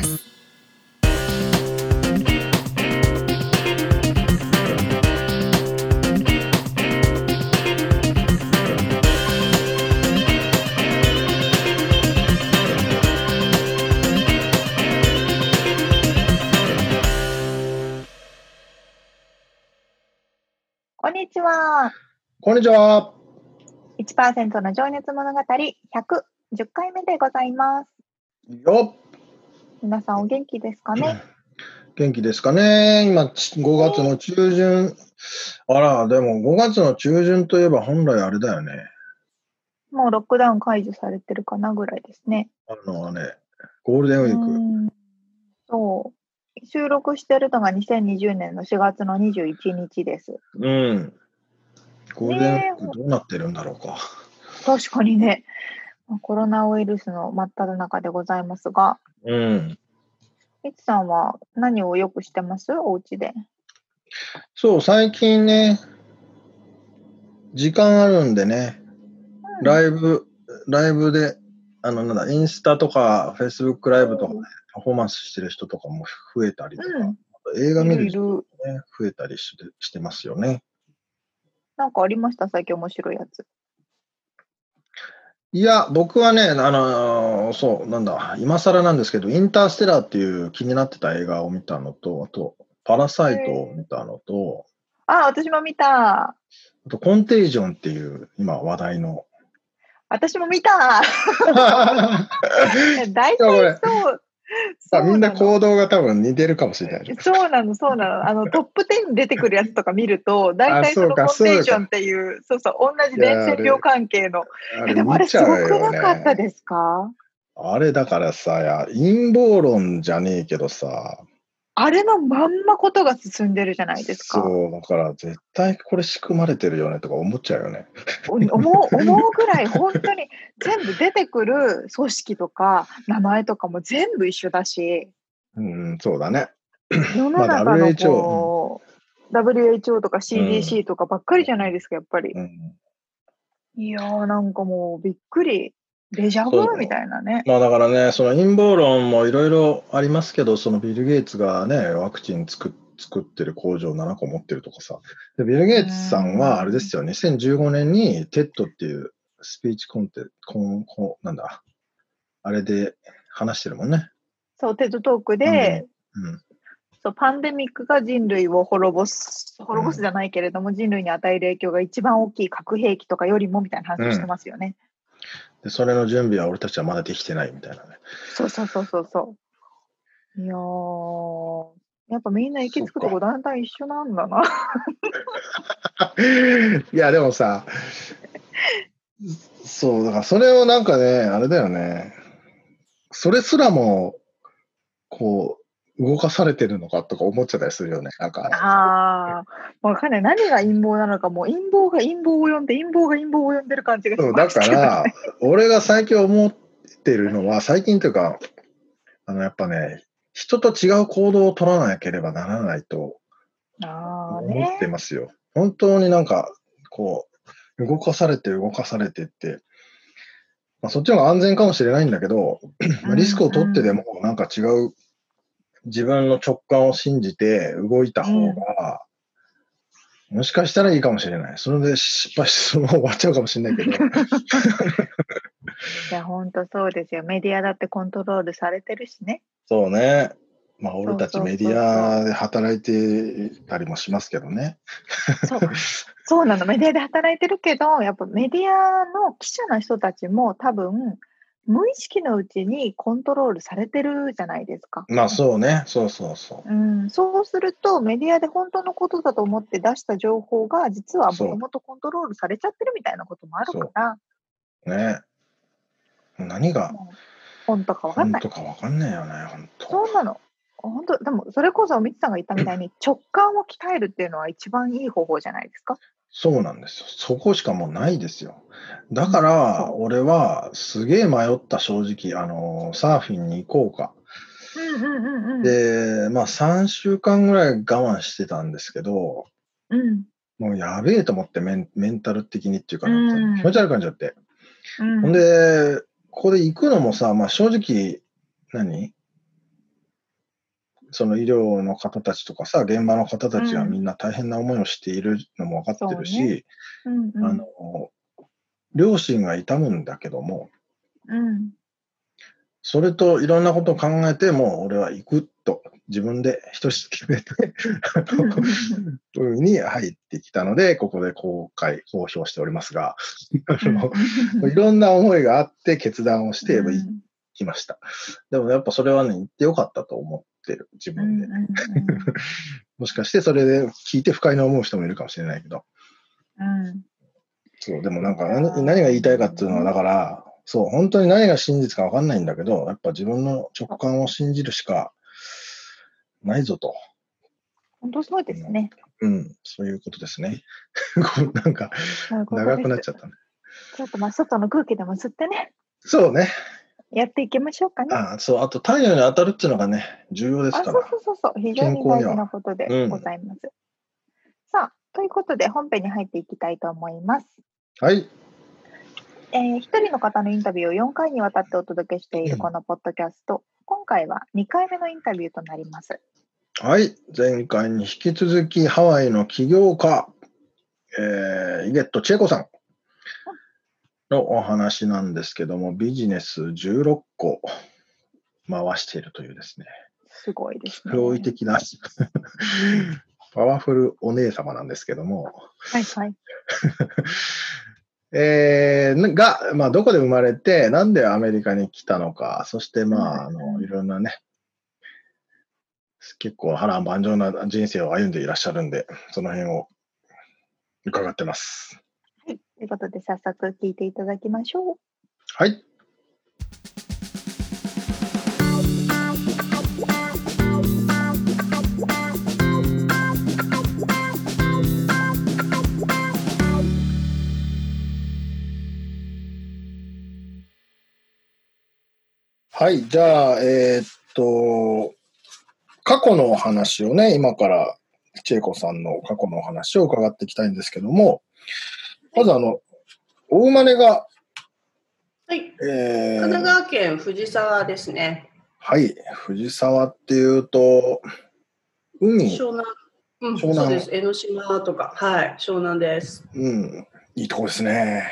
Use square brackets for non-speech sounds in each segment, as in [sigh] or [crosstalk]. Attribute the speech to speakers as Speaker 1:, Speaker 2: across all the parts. Speaker 1: す
Speaker 2: こんにちは。
Speaker 3: こんにちは。
Speaker 2: 1%の情熱物語110回目でございます。
Speaker 3: よっ
Speaker 2: 皆さんお元気ですかね。
Speaker 3: 元気ですかね。今、ち5月の中旬。あら、でも5月の中旬といえば本来あれだよね。
Speaker 2: もうロックダウン解除されてるかなぐらいですね。
Speaker 3: あの、あれ、ゴールデンウィ
Speaker 2: う
Speaker 3: ーク。
Speaker 2: んそう。収録してるのが2020年の4月の21日です。
Speaker 3: うん。ゴールデンウィ
Speaker 2: ね
Speaker 3: ークどうなってるんだろうか。
Speaker 2: 確かにね、まあコロナウイルスの真っ只中でございますが、
Speaker 3: うん。
Speaker 2: みつさんは何をよくしてますお家で。
Speaker 3: そう、最近ね、時間あるんでね、ライブ、ライブで、あの、なんだ、インスタとか、フェイスブックライブとかね、パフォーマンスしてる人とかも増えたりとか、
Speaker 2: う
Speaker 3: 映画
Speaker 2: ん。
Speaker 3: 見
Speaker 2: いろ
Speaker 3: る
Speaker 2: い
Speaker 3: 人
Speaker 2: ろ。
Speaker 3: ね、増えたりしてしてますよね。
Speaker 2: なんかありました最近面白いやつ。
Speaker 3: いや、僕はね、あのーそう、なんだ、今更なんですけど、インターステラーっていう気になってた映画を見たのと、あと、パラサイトを見たのと、
Speaker 2: あ、私も見た。
Speaker 3: あと、コンテージョンっていう、今話
Speaker 2: [laughs]
Speaker 3: 題の。
Speaker 2: 私も見た。 [laughs] 大
Speaker 3: い
Speaker 2: 体
Speaker 3: や [laughs]
Speaker 2: そう。
Speaker 3: あみんな
Speaker 2: う
Speaker 3: 行動が多分似てるかもしれない
Speaker 2: な
Speaker 3: で
Speaker 2: の。
Speaker 3: す。
Speaker 2: そうなの、そうなの。あの、トップ10に出てくるやつとか見ると、大体その
Speaker 3: そう
Speaker 2: コン
Speaker 3: か
Speaker 2: テーションっていう、そうそう、同じ電線量関係の。
Speaker 3: あ
Speaker 2: え
Speaker 3: れ
Speaker 2: でもあれ
Speaker 3: 見
Speaker 2: す
Speaker 3: ちゃ
Speaker 2: ご
Speaker 3: う
Speaker 2: く
Speaker 3: よ
Speaker 2: なかった
Speaker 3: ね。
Speaker 2: ですか
Speaker 3: あれだからさ、いや陰謀論じゃねえけどさ、
Speaker 2: あれのまんまことが進んでるじゃないですか。
Speaker 3: そう、だから絶対これ仕組まれてるよねとか思っちゃうよね。
Speaker 2: お思う思うぐらい本当に全部出てくる組織とか名前とかも全部一緒だし
Speaker 3: うん、そうだね。
Speaker 2: 世の中
Speaker 3: まあ
Speaker 2: の
Speaker 3: WHO
Speaker 2: こう WHO とか CDC とかばっかりじゃないですかやっぱり
Speaker 3: うん
Speaker 2: いやーなんかもうびっくりデジャ
Speaker 3: そう
Speaker 2: ブみたいなね
Speaker 3: まあだからね、その陰謀論もいろいろありますけど、そのビル・ゲイツがね、ワクチン作っ作ってる工場7個持ってるとかさ。で、ビル・ゲイツさ
Speaker 2: う
Speaker 3: ん
Speaker 2: ん
Speaker 3: はあれですよ、2015年に TED っていうスピーチコンテコン、コンなんだ、あれで話してるもんね。
Speaker 2: そうテッドトークで、
Speaker 3: うん。
Speaker 2: そうパンデミックが人類を滅ぼす滅ぼすじゃないけれども、人類に与える影響が一番大きい核兵器とかよりもみたいな話をしてますよね、
Speaker 3: で、それの準備は俺たちはまだできてないみたいなね。
Speaker 2: そうそうそうそうそういやーやっぱみんな行き着くと
Speaker 3: そ
Speaker 2: こ
Speaker 3: っ
Speaker 2: だんだん一緒なんだな
Speaker 3: いや、でもさ、そう、だからそれをなんかね、あれだよね、それすらも、こう、動かされてるのかとか思っちゃったりするよね。なんか、
Speaker 2: あーわかんない何が陰謀なのかもう陰謀が陰謀を呼んで陰謀が陰謀を呼んでる感じがし
Speaker 3: そう
Speaker 2: ま
Speaker 3: だ
Speaker 2: すけ
Speaker 3: か
Speaker 2: ど
Speaker 3: ら、俺が最近思ってるのは、最近というか、あの、やっぱね、人と違う行動を取らなければならないと
Speaker 2: ああ
Speaker 3: 思
Speaker 2: ね
Speaker 3: ってますよ。本当になんか、こう、動かされて動かされてって、まあ、そっちの方が安全かもしれないんだけど、まあリスクを取ってでもなんか違う、自分の直感を信じて動いた方が、もしかしたらいいかもしれない。それで失敗してそのまま終わっちゃうかもしれないけど、 [laughs]
Speaker 2: いや、本当そうですよ。メディアだってコントロールされてるし [laughs] ね。
Speaker 3: そうね。まあ、
Speaker 2: うそうそうそう
Speaker 3: 俺たちメディアで働いてたりもしますけどね。
Speaker 2: そう。そうなの。メディアで働いてるけど、やっぱメディアの記者の人たちも多分、無意識のうちにコントロールされてるじゃないですか。
Speaker 3: まあ、そうね。そうそうそう。
Speaker 2: うん、そうすると、メディアで本当のことだと思って出した情報が、実はも
Speaker 3: そう
Speaker 2: ともとコントロールされちゃってるみたいなこともあるから、
Speaker 3: ね。何が
Speaker 2: も本当かわかん
Speaker 3: 本
Speaker 2: ない。
Speaker 3: 当かわかんないよね、本当。
Speaker 2: そうなの。本当でもそれこそみつさんが言ったみたい [laughs] に直感を鍛えるっていうのは一番いい方法じゃないですか。
Speaker 3: そうなんですよ。そこしかもうないですよ。だから、俺はすげえ迷った、正直。あの、サーフィンに行こうか。
Speaker 2: うんうんうんうん。
Speaker 3: で、まあ3週間ぐらい我慢してたんですけど、
Speaker 2: うん
Speaker 3: もうやべえと思ってメンメンタル的にっていうか、
Speaker 2: うん
Speaker 3: なんか気持ち悪くなっちゃって。
Speaker 2: うん、
Speaker 3: ほんで、ここで行くのもさ、まあ正直、何その医療の方たちとかさ、現場の方たちがみんな大変な思いをしているのも分かってる
Speaker 2: そう
Speaker 3: し、
Speaker 2: うんうん、
Speaker 3: あの、両親が痛むんだけども、
Speaker 2: うん、
Speaker 3: それといろんなことを考えて、もう俺は行くと自分で一つ決めて、あの部に入ってきたので、ここで公開、公表しておりますが、あの [laughs] いろんな思いがあって決断をして
Speaker 2: うん
Speaker 3: 行きました。でもやっぱそれはね、行ってよかったと思ってる、自
Speaker 2: うん
Speaker 3: 分で。
Speaker 2: うん
Speaker 3: もしかしてそれで聞いて不快に思う人もいるかもしれないけど。
Speaker 2: うんうん
Speaker 3: そう、でもなんか
Speaker 2: いやー
Speaker 3: 何何が言いたいかっていうのは、だから、そう、本当に何が真実かわかんないんだけど、やっぱ自分の直感を信じるしかないぞと。
Speaker 2: 本当そうですね。
Speaker 3: うん、そういうことですね。 [laughs] こうなんか、
Speaker 2: そういうことです
Speaker 3: 長くなっちゃったね。
Speaker 2: ちょっとまあ外の空気でも吸ってね、
Speaker 3: そうね。
Speaker 2: やっていきましょうかね。
Speaker 3: あそう、あと太陽に当たるっていうのがね、重要です
Speaker 2: あ
Speaker 3: か
Speaker 2: そう
Speaker 3: ら。
Speaker 2: そうそうそう、非常に
Speaker 3: 健康
Speaker 2: 大
Speaker 3: には
Speaker 2: 事なことで
Speaker 3: うん
Speaker 2: ございます。さあ、ということで本編に入っていきたいと思います。
Speaker 3: はい。
Speaker 2: えー、一人の方のインタビューを4回にわたってお届けしているこのポッドキャスト、今回は2回目のインタビューとなります。
Speaker 3: はい。前回に引き続き、ハワイの起業家、えー、イゲット千恵子さんのお話なんですけども、ビジネス16個回しているというですね、
Speaker 2: すごいですね。
Speaker 3: 驚異的な、 [laughs] パワフルお姉様なんですけども、
Speaker 2: はいはい。
Speaker 3: えーが、まあ、どこで生まれて、なんでアメリカに来たのか、そして、まあ、あ
Speaker 2: うん
Speaker 3: の、いろんなね、結構波乱万丈な人生を歩んでいらっしゃるんで、その辺を伺ってます。
Speaker 2: はい、ということで早速聞いていただきましょう。
Speaker 3: はい。はい、じゃあ、えーっと、過去のお話をね、今から、千恵子さんの過去のお話を伺っていきたいんですけども、まずあの、お生まれが
Speaker 4: はい、
Speaker 3: え
Speaker 4: 神
Speaker 3: ー、
Speaker 4: 奈川県藤沢ですね。
Speaker 3: はい、藤沢っていうと、海、
Speaker 4: 湘南。うん、
Speaker 3: 湘南
Speaker 4: そうです。江ノ島とか、はい、湘
Speaker 3: [laughs]
Speaker 4: 南です。
Speaker 3: うん、いいとこです
Speaker 4: [laughs]
Speaker 3: ね。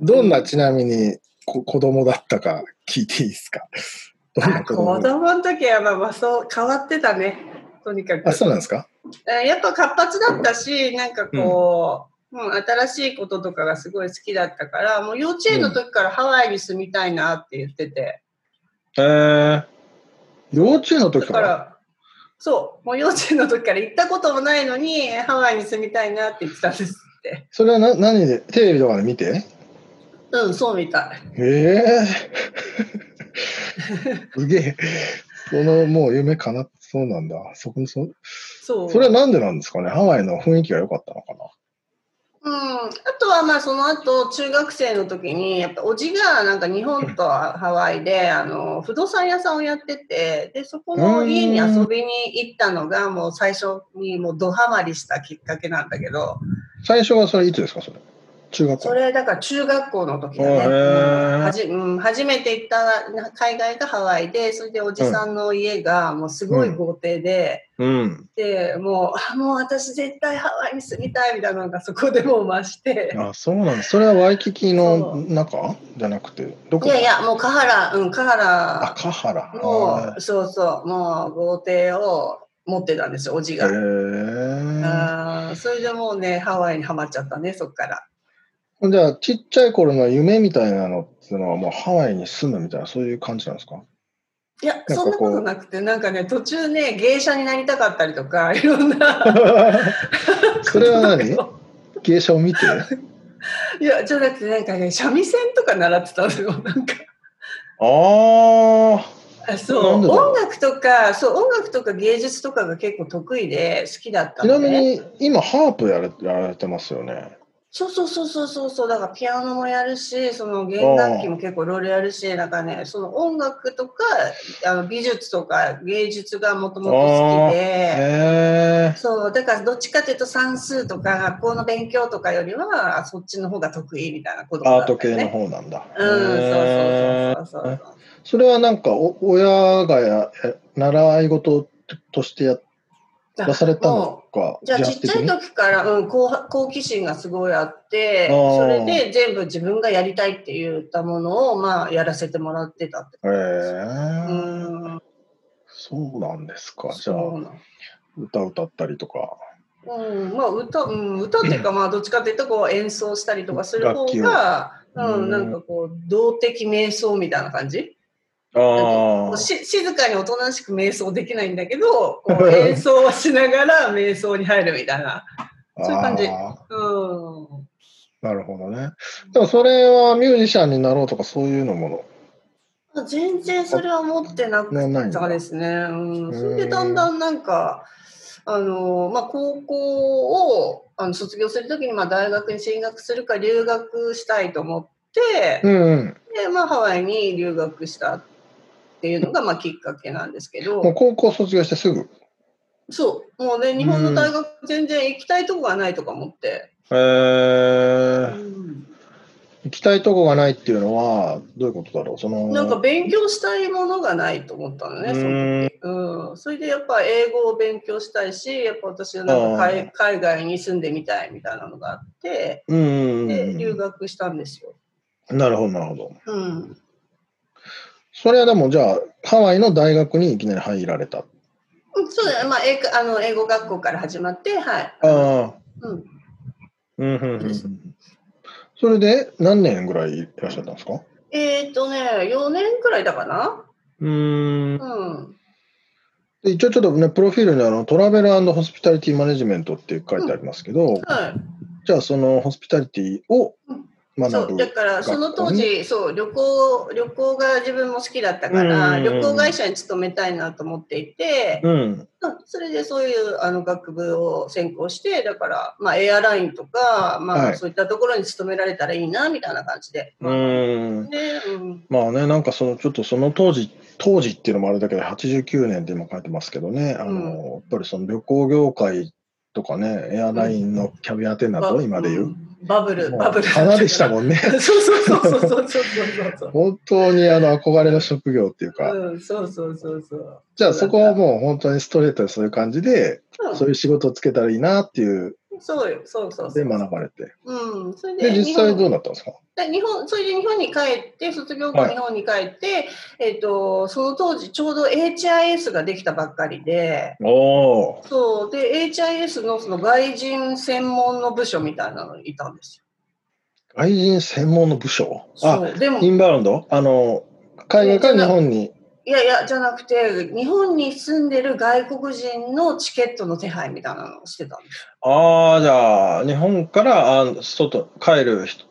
Speaker 3: どんな、ちなみにこ子供だったか聞いていいですか。どんな子
Speaker 4: 子
Speaker 3: 供
Speaker 4: 供の時は、まあまあ、そう、変わってたね。とにかく
Speaker 3: あ、。そうなんですか。
Speaker 4: えーやっぱ活発だったし、なんかこう、うん新しいこととかがすごい好きだったから、もう幼稚園の時からハワイに住みたいなって言ってて。
Speaker 3: えー、幼稚園の時
Speaker 4: だ
Speaker 3: か。
Speaker 4: からら、そう、もう幼稚園の時から行ったこともないのに、ハワイに住みたいなって言ってたんですって。
Speaker 3: それはな何でテレビとかで見て
Speaker 4: うん、そうみたい。
Speaker 3: え
Speaker 4: [laughs]
Speaker 3: えー、すげえ。そのもう夢叶ってそうなんだ。そこにそ
Speaker 4: そう。
Speaker 3: それはなんでなんですかね。ハワイの雰囲気が良かったのかな。
Speaker 4: うん、あとはまあその後中学生の時にやっぱおじがなんか日本とハワイであの不動産屋さんをやっててでそこの家に遊びに行ったのがもう最初にもうドハマりしたきっかけなんだけど
Speaker 3: 最初はそれいつですかそれ中学校
Speaker 4: それだから中学校の時だね、
Speaker 3: へー
Speaker 4: うんはじうん、初めて行った海外がハワイでそれでおじさんの家がもうすごい豪邸で。
Speaker 3: うん
Speaker 4: でもうあもう私絶対ハワイに住みたいみたいなのがそこでもう増して
Speaker 3: あそうなんだそれはワイキキの
Speaker 4: そう
Speaker 3: 中じゃなくてどこ
Speaker 4: いやいやもうカハラうんカ
Speaker 3: あ
Speaker 4: ハ
Speaker 3: カハラ
Speaker 4: ラもうそうそうもう豪邸を持ってたんですよおじ
Speaker 3: へ
Speaker 4: が、
Speaker 3: え
Speaker 4: あーそれでもうねハワイにはまっちゃったねそっから
Speaker 3: じゃあちっちゃい頃の夢みたいなのっていうのはもうハワイに住むみたいなそういう感じなんです
Speaker 4: [laughs]
Speaker 3: か
Speaker 4: いや
Speaker 3: かこう
Speaker 4: そんなことなくてなんかね途中ね芸者になりたか [laughs] ったりとかいろんな
Speaker 3: それは何
Speaker 4: こと
Speaker 3: 芸者を見て
Speaker 4: いや、じゃなくてなんかね、三味線とか習ってたのよ。なんか、
Speaker 3: ああ。
Speaker 4: あそ
Speaker 3: なん
Speaker 4: う、
Speaker 3: でだろう
Speaker 4: 音楽とか、そう、音楽とか芸術とかが結構得意で好きだった
Speaker 3: ちな
Speaker 4: の
Speaker 3: み
Speaker 4: で、
Speaker 3: に、今、ハープやれやられてますよね。
Speaker 4: そうそうそうそうそうそう、だからピアノもやるし、その弦楽器も結構いろいろやるし、なんかね、その音楽とか、あの美術とか芸術がもともと好きで。
Speaker 3: へえ。
Speaker 4: そう、だからどっちかというと算数とか学校の勉強とかよりは、そっちの方が得意みたいなこと
Speaker 3: ア
Speaker 4: だっ
Speaker 3: ー
Speaker 4: た
Speaker 3: ト
Speaker 4: よ
Speaker 3: 系の
Speaker 4: ね。
Speaker 3: 方なんだ。へー
Speaker 4: うん、そうそうそうそうそう。
Speaker 3: それはなんかお、親がやえ習い事としてや
Speaker 4: あ
Speaker 3: らされたの
Speaker 4: も
Speaker 3: か、
Speaker 4: うじゃあちっちゃい
Speaker 3: に。
Speaker 4: 時から、うん、好好奇心がすごいあって
Speaker 3: あー
Speaker 4: それで全部自分がやりたいって言ったものを、まあ、やらせてもらってたって
Speaker 3: へえ、
Speaker 4: うん
Speaker 3: そうなんですか。じ
Speaker 4: そ
Speaker 3: ゃあ、
Speaker 4: うなの
Speaker 3: 歌歌ったりとか。
Speaker 4: うんまあ歌うん、歌っていうか、まあ、どっちかっていうと
Speaker 3: [laughs]
Speaker 4: こう演奏したりとかする方が、
Speaker 3: 楽器を
Speaker 4: うん、なんかこう動的瞑想みたいな感じ
Speaker 3: ああ。
Speaker 4: し静かにおとなしく瞑想できないんだけどこ
Speaker 3: [laughs]
Speaker 4: う演奏をしながら瞑想に入るみたいな。そういう感じ
Speaker 3: ああ
Speaker 4: うん
Speaker 3: なるほどね。でもそれはミュージシャンになろうとかそういうのも
Speaker 4: 全然それは持ってな
Speaker 3: なない
Speaker 4: く
Speaker 3: ん
Speaker 4: て
Speaker 3: だ
Speaker 4: ですね。う、
Speaker 3: うんん
Speaker 4: それでだんだんなんか、あのまあ、高校をあの卒業するときにまあ大学に進学するか留学したいと思って、
Speaker 3: うんうん。
Speaker 4: でまあ、ハワイに留学したっていうのがまあきっかけなんですけ
Speaker 3: もう
Speaker 4: ど、
Speaker 3: 高校卒業してすぐ。へ
Speaker 4: そう、もうね、日本の大学全然行きたいとこがないとか思って。
Speaker 3: え行きたいとこがないっていうのはどういうことだろうその
Speaker 4: なんか勉強したいものがないと思ったのね、その時うん、それでやっぱ英語を勉強したいしやっぱ私はなんか
Speaker 3: あ
Speaker 4: 海海外に住んでみたいみたいなのがあって
Speaker 3: うんうんうん
Speaker 4: で留
Speaker 3: う
Speaker 4: 学したんですよ。
Speaker 3: んなるほどなるほど
Speaker 4: うん、
Speaker 3: それはでもじゃあハワイの大学にいきなり入られた
Speaker 4: そうだね、まあ、英あの英語学校から始まってはい、
Speaker 3: ああ
Speaker 4: うん、
Speaker 3: うんうんうんう
Speaker 4: で
Speaker 3: んそれで何年ぐらいいらっしゃったんですか
Speaker 4: えーっとね4年くらいだかな、
Speaker 3: うん
Speaker 4: うん、
Speaker 3: で一応ちょっとねプロフィールにあのトラベルホスピタリティマネジメントって書いてありますけど、
Speaker 4: はい
Speaker 3: じゃあそのホスピタリティを
Speaker 4: そ
Speaker 3: 学
Speaker 4: う
Speaker 3: ぶ
Speaker 4: だからその当時、そう旅行旅行が自分も好きだったか
Speaker 3: う
Speaker 4: ら
Speaker 3: ん
Speaker 4: 旅行会社に勤めたいなと思っていて、
Speaker 3: うん
Speaker 4: うんそれでそういうあの学部を専攻してだから、まあ、エアラインとか、まあ
Speaker 3: はい
Speaker 4: そういったところに勤められたらいいなみたいな感じで。
Speaker 3: うん
Speaker 4: でうん
Speaker 3: まあね、なんかそのちょっとその当時、当時っていうのもあれだけど、89年って今書いてますけどね、あの
Speaker 4: うん
Speaker 3: やっぱりその旅行業界とかね、エアラインのキャビアテナと、
Speaker 4: ば
Speaker 3: 今で言う、
Speaker 4: んバブル
Speaker 3: もう
Speaker 4: バブル
Speaker 3: 花でしたもんね
Speaker 4: [laughs] 、そうそうそうそうそうそうそうそう
Speaker 3: 本当にあの憧れの職業っていうか、
Speaker 4: うんそうそうそうそう
Speaker 3: じゃあそこは
Speaker 4: う
Speaker 3: もう本当にストレートにそういう感じで、
Speaker 4: だった
Speaker 3: そういう仕事をつけたらいいなっていう、
Speaker 4: うんそうよそうそうそ
Speaker 3: で
Speaker 4: う
Speaker 3: 学ばれて、
Speaker 4: うんそれ
Speaker 3: で、
Speaker 4: で
Speaker 3: 実際
Speaker 4: 日本
Speaker 3: どうなったんですか
Speaker 4: で日本それで日本に帰って卒業後
Speaker 3: はい
Speaker 4: 日本に帰って、えっとその当時ちょうど HIS ができたばっかりで
Speaker 3: おー
Speaker 4: そうで HIS のその外人専門の部署みたいなのにいたんです
Speaker 3: 外人専門の部署
Speaker 4: よ。
Speaker 3: あ、
Speaker 4: そうでも
Speaker 3: イ
Speaker 4: い
Speaker 3: ンバウンドあの、海外から日本に。
Speaker 4: やいやじゃなくて日本に住んでる外国人のチケットの手配みたいなのをしてたんですよ。
Speaker 3: ああ、じゃあ、日本からあ外帰る人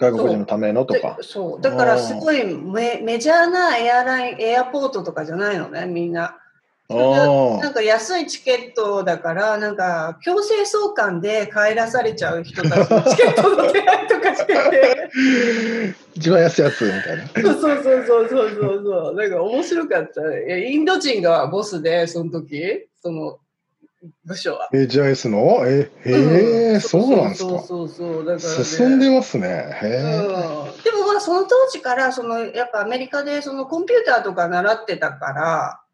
Speaker 3: 外国人のためのと
Speaker 4: で
Speaker 3: か。
Speaker 4: そうだからすごいメメジャーなエアラインエアポートとかじゃないのねみんな。
Speaker 3: あ
Speaker 4: うな
Speaker 3: ー
Speaker 4: んか安いチケットだから、なんか強制送還で帰らされちゃう人たちのチケットの手配とかしてて、
Speaker 3: 一番安いやつみたいな。
Speaker 4: そうそうそうそうそうそうそう、なんか面白かったね。いやインド人がボスで、その時、その部署は。
Speaker 3: HIS のえ、へえ、
Speaker 4: うん
Speaker 3: そうなんですか。
Speaker 4: そうそうそう、だから、ね。
Speaker 3: 進んでますね。
Speaker 4: うん
Speaker 3: へ
Speaker 4: でもまあその当時からそのやっぱアメリカでそのコンピューターとか習ってたから、
Speaker 3: え。
Speaker 4: まあ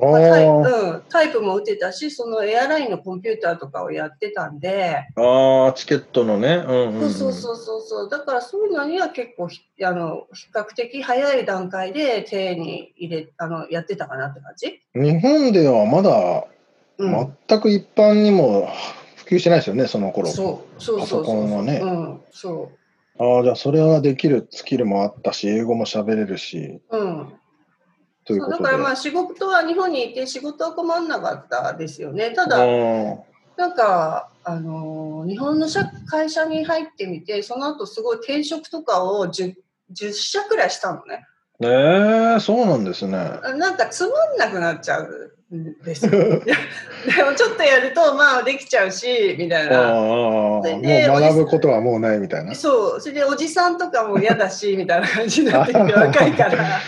Speaker 4: タイ
Speaker 3: あ
Speaker 4: うん、タイプも打てたしそのエアラインのコンピューターとかをやってたんで、
Speaker 3: あ、ああチケットのね。うんうん、うん。
Speaker 4: そうそうそうそうそうだからそういうのには結構ひあの比較的早い段階で手に入れあのやってたかなって感じ、
Speaker 3: 日本ではまだ
Speaker 4: うん
Speaker 3: 全く一般にも普及してないですよね、その頃。
Speaker 4: そうそうそうそう
Speaker 3: パソコンはね
Speaker 4: うんそ
Speaker 3: ああ、じゃあそれはできるスキルもあったし、英語も喋れるし、
Speaker 4: ううん
Speaker 3: という
Speaker 4: そう
Speaker 3: こ
Speaker 4: だ
Speaker 3: と
Speaker 4: か
Speaker 3: で。
Speaker 4: らまあ仕事は日本にいて仕事は困んなかったですよねただ
Speaker 3: うん
Speaker 4: なんかあの日本の社会社に入ってみてその後すごい転職とかを 10, 10社くらいしたのね
Speaker 3: えー、そうなんですね。
Speaker 4: なんかつまんなくなっちゃうんで
Speaker 3: [laughs]
Speaker 4: すよでもちょっとやるとまあできちゃうしみたい
Speaker 3: ああああ
Speaker 4: な
Speaker 3: ああ、もう
Speaker 4: で
Speaker 3: 学ぶことはもうないみたいな。
Speaker 4: そうそれでおじさんとかも嫌だしみたいな感じになってきて若い
Speaker 3: [laughs]
Speaker 4: から。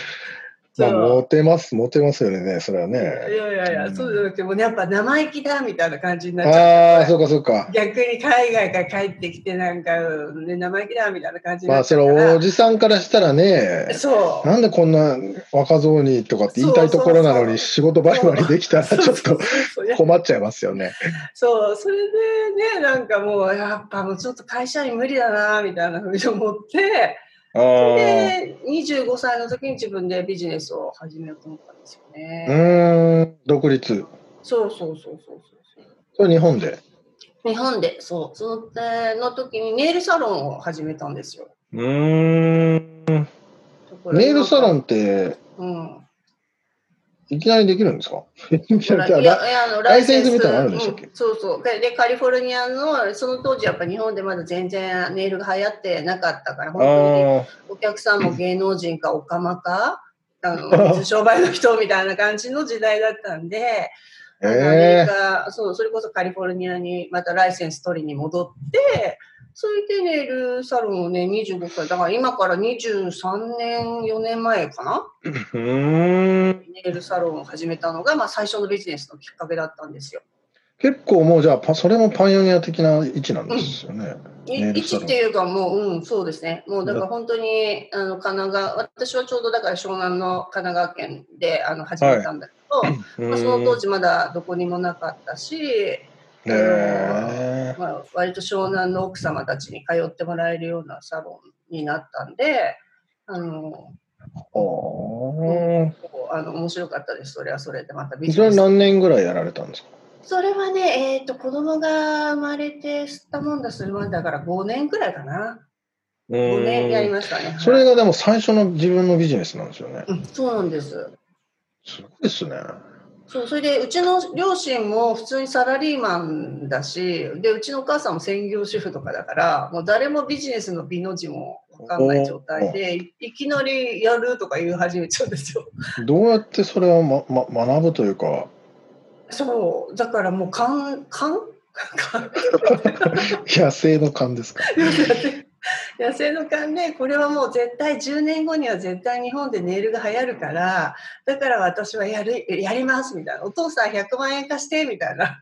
Speaker 3: まあ、
Speaker 4: そう
Speaker 3: モテます、モテますよね、それはいね。
Speaker 4: やいやいや、そうじゃなくて、もうやっぱ生意気だみたいな感じになっちゃ
Speaker 3: ああ、
Speaker 4: う。
Speaker 3: そうかそうか。
Speaker 4: 逆に海外から帰ってきて、なんか、ね、生意気だみたいな感じに
Speaker 3: ま
Speaker 4: な
Speaker 3: あ、
Speaker 4: っ
Speaker 3: そ
Speaker 4: ちゃ
Speaker 3: れ
Speaker 4: うから。
Speaker 3: おじさんからしたらね、
Speaker 4: そう。
Speaker 3: なんでこんな若造にとかって言いたいところなのに仕事バリバリできたらちょっと
Speaker 4: そうそうそう
Speaker 3: 困っちゃいますよね。
Speaker 4: そうそれでねなんかもうやっぱもうちょっと会社員無理だなみたいなふうに思って
Speaker 3: ああ
Speaker 4: で25歳の時に自分でビジネスを始めようと思ったんですよ
Speaker 3: う
Speaker 4: ね。
Speaker 3: ーん、独立。
Speaker 4: そうそうそうそうそう
Speaker 3: それ日本で。
Speaker 4: そう日本でそうその,、えーの時にネイルサロンを始めたんですよ。
Speaker 3: うーん。
Speaker 4: ところが
Speaker 3: ネイルサロンって
Speaker 4: うん
Speaker 3: いきなりできるんですかいき
Speaker 4: ほ
Speaker 3: な
Speaker 4: ら
Speaker 3: り [laughs]
Speaker 4: いやいやあのライセン
Speaker 3: ライセンス
Speaker 4: ス
Speaker 3: みたいなのあるんでしたっけ
Speaker 4: うんそうそうででカリフォルニアのその当時やっぱ日本でまだ全然ネイルが流行ってなかったから本当に
Speaker 3: あ
Speaker 4: お客さんも芸能人かオカマかあの水商売の人みたいな感じの時代だったんで、
Speaker 3: あ、
Speaker 4: あのアメリ
Speaker 3: ええ
Speaker 4: カそうそれこそカリフォルニアにまたライセンス取りに戻ってそれでネイルサロンをね25歳だから今から23年4年前かな
Speaker 3: うーん。
Speaker 4: ネイルサロンを始めたのが、まあ、最初のビジネスのきっかけだったんですよ。
Speaker 3: 結構もうじゃあパ、それもパイオニア的な位置なんですよね。
Speaker 4: い
Speaker 3: ネイ
Speaker 4: 位
Speaker 3: ルサ
Speaker 4: 置
Speaker 3: ロン
Speaker 4: っていうかもう、うん、そうですね。もうだから本当に、あの、神奈川、私はちょうどだから湘南の神奈川県で、あの、始めたんだけど、
Speaker 3: う
Speaker 4: まあ、その当時まだどこにもなかったし、
Speaker 3: ーんえ
Speaker 4: まあ、割と湘南の奥様たちに通ってもらえるようなサロンになったんで、あの、
Speaker 3: ーはあ
Speaker 4: こうあの面白かったです。それはそれで、またビジ
Speaker 3: それ
Speaker 4: ネス。
Speaker 3: 何年ぐらいやられたんですか
Speaker 4: それはね、えっ、と、子供が生まれて、吸ったもんだするもんだから5年くらいかな。
Speaker 3: う
Speaker 4: 5年やり
Speaker 3: ーん
Speaker 4: ましたね。
Speaker 3: それがでも最初の自分のビジネスなんですよね。
Speaker 4: うん、そうなんです。
Speaker 3: すごいですね。
Speaker 4: そう、それで、うちの両親も普通にサラリーマンだし、で、うちのお母さんも専業主婦とかだから、もう誰もビジネスの美の字もわかんない状態で、いいきなりやるとか言い始めちゃうんですよ。 [laughs]
Speaker 3: どうやってそれを、まま、学ぶというか、 [laughs]
Speaker 4: そう、だからもう、かん、かん、かん、
Speaker 3: 野生の勘ですか。
Speaker 4: [laughs]
Speaker 3: [laughs]
Speaker 4: 野生の勘で、これはもう絶対10年後には絶対日本でネイルが流行るから、だから私はやる、やりますみたいな。お父さん100万円貸してみたいな。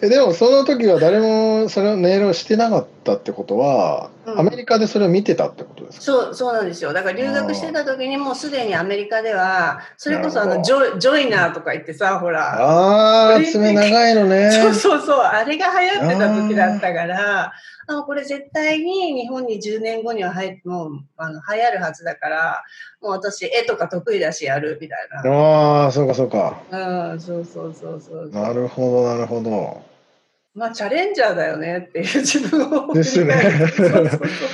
Speaker 3: えでもその時は誰もそれをネイルをしてなかったってことは、
Speaker 4: うん
Speaker 3: アメリカでそれを見てたってことですか
Speaker 4: そうそうなんですよだから留学してた時にもうすでにアメリカではそれこそあ
Speaker 3: なる
Speaker 4: の
Speaker 3: ほ
Speaker 4: ジョジョイナーとか言ってさほら、
Speaker 3: ああ
Speaker 4: オ
Speaker 3: ー
Speaker 4: リンピック
Speaker 3: 爪長いのね
Speaker 4: そうそうそうあれが流行ってた時だったからあもうこれ絶対に日本に10年後には入ってもうあの流行るはずだからもう私絵とか得意だしやるみたい
Speaker 3: ああそうかそうか
Speaker 4: な、うん、そうそうそうそう
Speaker 3: なるほどなるほど
Speaker 4: まあチャレンジャーだよねっていう自分を
Speaker 3: ですね
Speaker 4: 振り返るそうそうそう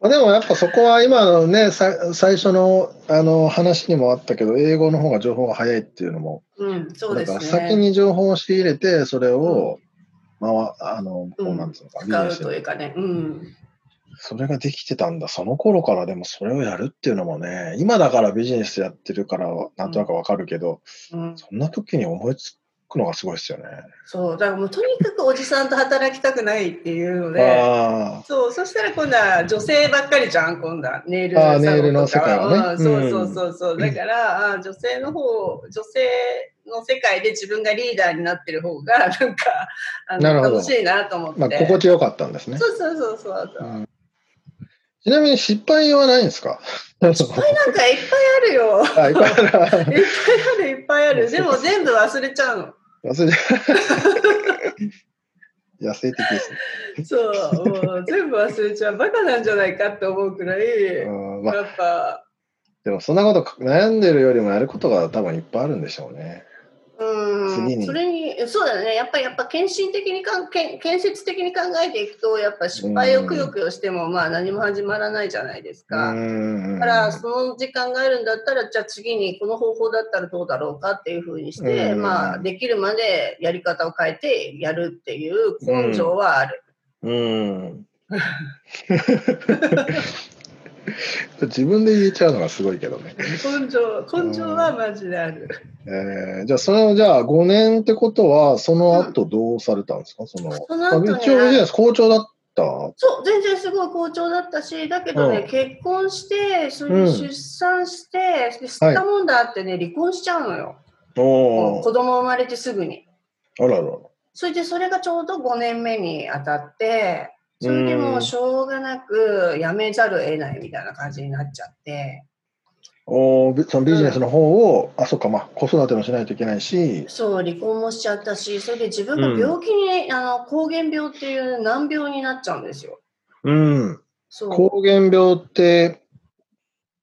Speaker 3: まあでもやっぱそこは今のねさ最初のあの話にもあったけど英語の方が情報が早いっていうのも
Speaker 4: うんそうで
Speaker 3: だ
Speaker 4: す
Speaker 3: から
Speaker 4: ね
Speaker 3: 先に情報を仕入れてそれを、まああのこうなんつうのか、ビジ
Speaker 4: 使
Speaker 3: ネ
Speaker 4: う
Speaker 3: ス
Speaker 4: という
Speaker 3: に
Speaker 4: かねうん
Speaker 3: それができてたんだその頃からでもそれをやるっていうのもね今だからビジネスやってるからなんとなくわかるけど、
Speaker 4: うん
Speaker 3: そんな時に思いつくのがすごいですよね。
Speaker 4: そう、だからもうとにかくおじさんと働きたくないっていうので、
Speaker 3: あ
Speaker 4: そう、そしたら今度は女性ばっかりじゃん、今度はネイル
Speaker 3: あー
Speaker 4: サ
Speaker 3: ネイル
Speaker 4: ロ
Speaker 3: の
Speaker 4: ンと
Speaker 3: 世
Speaker 4: か
Speaker 3: 界はね
Speaker 4: うんそうそううんそうそう、だから、あー女性の方、女性の世界で自分がリーダーになってる方が、 [laughs] なんか、あ
Speaker 3: なる
Speaker 4: の
Speaker 3: ほど
Speaker 4: 楽しいなと思
Speaker 3: あ
Speaker 4: って。
Speaker 3: まあ心地よかったんですね。
Speaker 4: そうそうそうそうそう。
Speaker 3: うんちなみに失敗はないんですか失敗
Speaker 4: なんかいっぱいある
Speaker 3: [laughs]
Speaker 4: よ。
Speaker 3: あいっぱいあ
Speaker 4: いっぱい
Speaker 3: る
Speaker 4: ある、いっぱいあ
Speaker 3: もう
Speaker 4: る。
Speaker 3: そう
Speaker 4: でも全部忘れちゃうの。
Speaker 3: 忘れちゃ [laughs] う野生的ですね。[laughs]
Speaker 4: [laughs] そう、もう全部忘れちゃう。バカなんじゃないかって思うくらい、やっ
Speaker 3: うんまあ、
Speaker 4: ぱ。
Speaker 3: でもそんなこと悩んでるよりもやることが多分いっぱいあるんでしょうね。
Speaker 4: うーん
Speaker 3: 次に
Speaker 4: それに、そうだね、やっぱり、やっぱ献身的にかん、建建設的に考えていくと、やっぱ失敗をくよくよしても、まあ、何も始まらないじゃないですか。だからその時間があるんだったらじゃあ次にこの方法だったらどうだろうかっていうふうにして、
Speaker 3: うん
Speaker 4: まあ、できるまでやり方を変えてやるっていう根性はある。
Speaker 3: うん。 [laughs] 自分で言えちゃうのがすごいけどね。
Speaker 4: [laughs] 根性根性はマジである。
Speaker 3: えーじゃあ、それをじゃあ5年ってことは、その後どうされたんですか、その。
Speaker 4: その後ね
Speaker 3: あ一応、いいです校長だった。
Speaker 4: そう全然すごい好調だったしだけどね、
Speaker 3: うん
Speaker 4: 結婚してそ
Speaker 3: うん
Speaker 4: れ出産して、で吸ったもんだってね離婚しちゃうのよ、
Speaker 3: お
Speaker 4: 子
Speaker 3: ー
Speaker 4: 供生まれてすぐに。
Speaker 3: あららら。
Speaker 4: それでそれがちょうど5年目に当たってそれでもうしょうがなく辞めざるを得ないみたいな感じになっちゃって
Speaker 3: おーびそのビジネスの方を、あ、そっか、まあ、子育てもしないといけないし、
Speaker 4: そう離婚もしちゃったしそれで自分が病気に、あの膠原病っていう難病になっちゃうんですよ。
Speaker 3: うん。
Speaker 4: そう
Speaker 3: 膠原病って、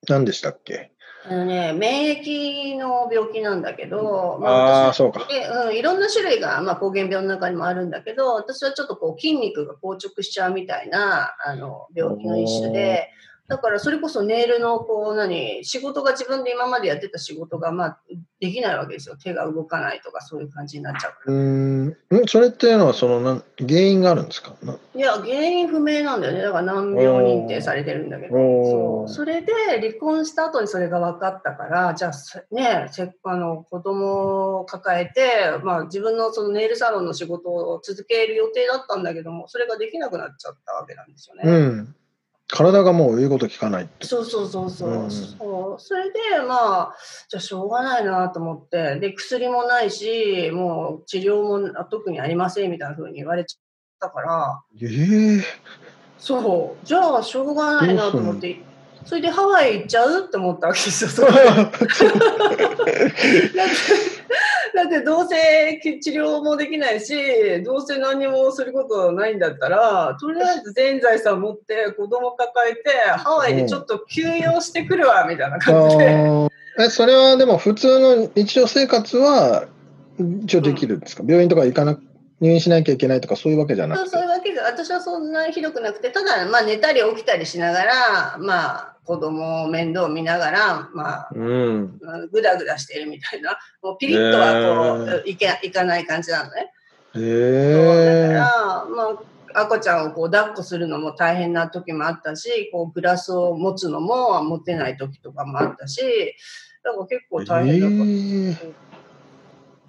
Speaker 3: 何でしたっけ
Speaker 4: あのね、免疫の病気なんだけど、ま
Speaker 3: ああー、
Speaker 4: 私
Speaker 3: そうか。
Speaker 4: でうん、いろんな種類が、まあ、膠原病の中にもあるんだけど私はちょっとこう筋肉が硬直しちゃうみたいなあの病気の一種でだからそれこそネイルのこう何仕事が自分で今までやってた仕事が、まあ、できないわけですよ手が動かないとかそういう感じになっちゃ
Speaker 3: う
Speaker 4: う
Speaker 3: ーん。んそれっていうのは、その、なん原因があるんですかない
Speaker 4: や原因不明なんだよねだから難病認定されてるんだけどそ
Speaker 3: お
Speaker 4: う
Speaker 3: ー
Speaker 4: それで離婚した後にそれが分かったからじゃあせねせっあの子供を抱えて、まあ、自分のそのネイルサロンの仕事を続ける予定だったんだけどもそれができなくなっちゃったわけなんですよね。
Speaker 3: うん。体がもう言うこと聞かない。
Speaker 4: そうそうそうそう,、
Speaker 3: うん
Speaker 4: そうそれでまあじゃあしょうがないなと思ってで薬もないしもう治療も特にありませんみたいな風に言われちゃったから。
Speaker 3: ええ
Speaker 4: そう。じゃあ、しょうがないなと思って、それでハワイ行っちゃうって思ったわけです
Speaker 3: [laughs]
Speaker 4: よ。それでだっ [laughs] て、だってどうせ治療もできないし、どうせ何もすることないんだったら、とりあえず全財産持って子供抱えて、ハワイでちょっと休養してくるわ、みたいな感じで。
Speaker 3: あーえそれはでも普通の日常生活は一応できるんですか、病院とか行かな入院しなきゃいけないとかそういうわけじゃな
Speaker 4: そう
Speaker 3: く
Speaker 4: そうい
Speaker 3: て
Speaker 4: うわけで私はそんなにひどくなくてただ、まあ、寝たり起きたりしながら、まあ、子供を面倒見ながら、まあ、
Speaker 3: うん
Speaker 4: ぐだぐだしてるみたいな、もうピリッとはこ
Speaker 3: ね
Speaker 4: う、いけいかない感じなのね。
Speaker 3: へ
Speaker 4: そう
Speaker 3: え
Speaker 4: だから、まあ、赤ちゃんをこう抱っこするのも大変な時もあったし、こうグラスを持つのも持てない時とかもあったし、だから結構大変だった。
Speaker 3: えー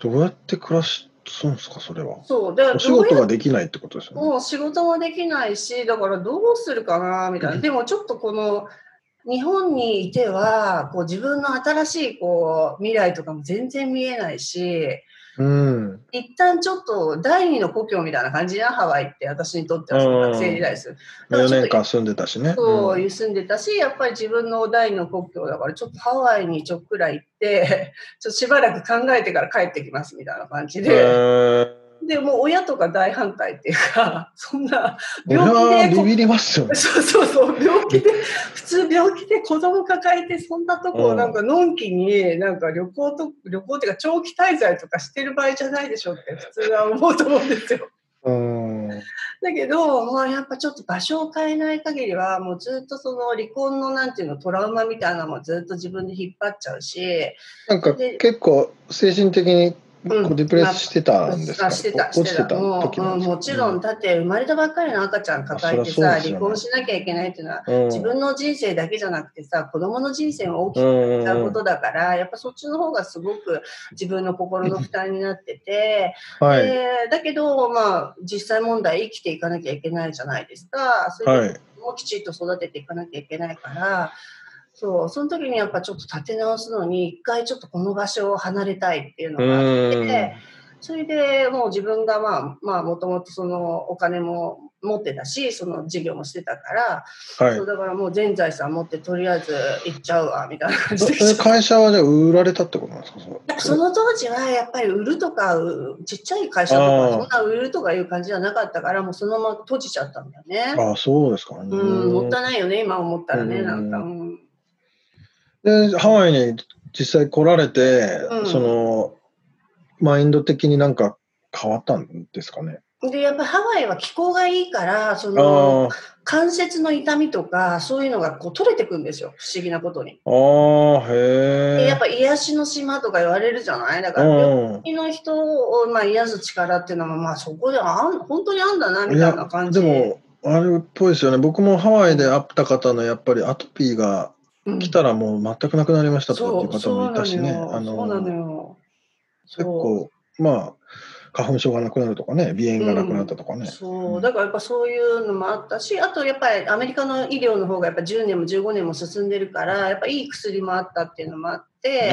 Speaker 3: どうやって暮らすんですかそれは
Speaker 4: そう、だから
Speaker 3: お仕
Speaker 4: どう
Speaker 3: 事
Speaker 4: や
Speaker 3: ができないってことですよね
Speaker 4: もう仕事もできないし、だからどうするかなみたいな。でもちょっとこの日本にいては、こう自分の新しいこう未来とかも全然見えないし、
Speaker 3: うん
Speaker 4: 一旦ちょっと第二の故郷みたいな感じなハワイって私にとってはその学生時代です。だから
Speaker 3: 4
Speaker 4: ちょっと
Speaker 3: 年間住んでたしね
Speaker 4: そう
Speaker 3: うん
Speaker 4: 住んでたし、やっぱり自分の第二の故郷だから、ちょっとハワイにちょっくら行って、 [laughs] ちょっとしばらく考えてから帰ってきますみたいな感じ
Speaker 3: へ
Speaker 4: で、
Speaker 3: ー
Speaker 4: でもう親とか大反対っていうか、 [laughs] そんな
Speaker 3: これは
Speaker 4: 病気
Speaker 3: ビビ
Speaker 4: でこ、
Speaker 3: りますよね
Speaker 4: そうそうそう、病気で、普通病気で子供抱えて、そんなとこ
Speaker 3: う
Speaker 4: を
Speaker 3: ん
Speaker 4: なんかのんきに、なんか旅行と、旅行っていうか長期滞在とかしてる場合じゃないでしょって、普通は思うと思うんですよ。
Speaker 3: うん
Speaker 4: だけど、まあ、やっぱちょっと場所を変えない限りは、もうずっとその離婚のなんていうの、トラウマみたいなのもずっと自分で引っ張っちゃうし、
Speaker 3: なんか
Speaker 4: で
Speaker 3: 結構精神的にこ
Speaker 4: う
Speaker 3: うんデプレスしてたんですか、
Speaker 4: あしてた、
Speaker 3: お落ちてた
Speaker 4: も
Speaker 3: 時
Speaker 4: う、
Speaker 3: なん
Speaker 4: うん
Speaker 3: ですか
Speaker 4: もちろん、だって生まれたばっかりの赤ちゃん抱えて
Speaker 3: まあ
Speaker 4: さ、
Speaker 3: そりゃそうですよね
Speaker 4: 離婚しなきゃいけないっていうのは、
Speaker 3: うん
Speaker 4: 自分の人生だけじゃなくてさ、子供の人生も大きく
Speaker 3: うん
Speaker 4: 変わったことだから、やっぱそっちの方がすごく自分の心の負担になってて、
Speaker 3: はい、
Speaker 4: でだけど、まあ、実際問題生きていかなきゃいけないじゃないですか。それ
Speaker 3: は
Speaker 4: で
Speaker 3: い、
Speaker 4: もうきちっと育てていかなきゃいけないから、そう、その時にやっぱちょっと立て直すのに、一回ちょっとこの場所を離れたいっていうのがあって、それでもう自分がまあ、まあ、もともとそのお金も持ってたし、その事業もしてたから、
Speaker 3: はい
Speaker 4: そうだからもう全財産持ってとりあえず行っちゃうわ、みたいな感じ
Speaker 3: そ
Speaker 4: で
Speaker 3: それ会社はじゃあ売られたってことなんですかそれ
Speaker 4: その当時はやっぱり売るとか、うちっちゃい会社と
Speaker 3: あ
Speaker 4: か、
Speaker 3: ー
Speaker 4: そんな売るとかいう感じじゃなかったから、もうそのまま閉じちゃったんだよね。
Speaker 3: あそうですか、
Speaker 4: うん、もったい
Speaker 3: い
Speaker 4: ないよね、今思ったらね、
Speaker 3: うん
Speaker 4: なんか。うん
Speaker 3: でハワイに実際来られて、
Speaker 4: うん
Speaker 3: そのマインド的になんか変わったんですかね。
Speaker 4: で、やっぱハワイは気候がいいから、そ
Speaker 3: あ
Speaker 4: の、関節の痛みとか、そういうのがこう取れてくんですよ。不思議なことに。
Speaker 3: あ、ああ、
Speaker 4: でや
Speaker 3: へえ。
Speaker 4: っぱ癒しの島とか言われるじゃないだから、病
Speaker 3: うん
Speaker 4: 気の人を、まあ、癒す力っていうのも、まあ、そこであん、本当にあんだな、み
Speaker 3: い
Speaker 4: た
Speaker 3: や
Speaker 4: いな感
Speaker 3: で
Speaker 4: じ。
Speaker 3: も、あれっぽいですよね。僕もハワイで会った方のやっぱりアトピーが
Speaker 4: うん
Speaker 3: 来たらもう全くなくなりましたとかっていう
Speaker 4: そう、
Speaker 3: 方も
Speaker 4: そう
Speaker 3: い
Speaker 4: な
Speaker 3: た
Speaker 4: の
Speaker 3: しね。あ
Speaker 4: よ。そうなの
Speaker 3: の
Speaker 4: よ。
Speaker 3: 結
Speaker 4: そう。
Speaker 3: 構、まあ、花粉症がなくなるとかね、鼻炎がなくなったとかね。
Speaker 4: そうう、
Speaker 3: ん
Speaker 4: だからやっぱそういうのもあったし、あとやっぱりアメリカの医療の方がやっぱ10年も15年も進んでるから、やっぱいい薬もあったっていうのもあって、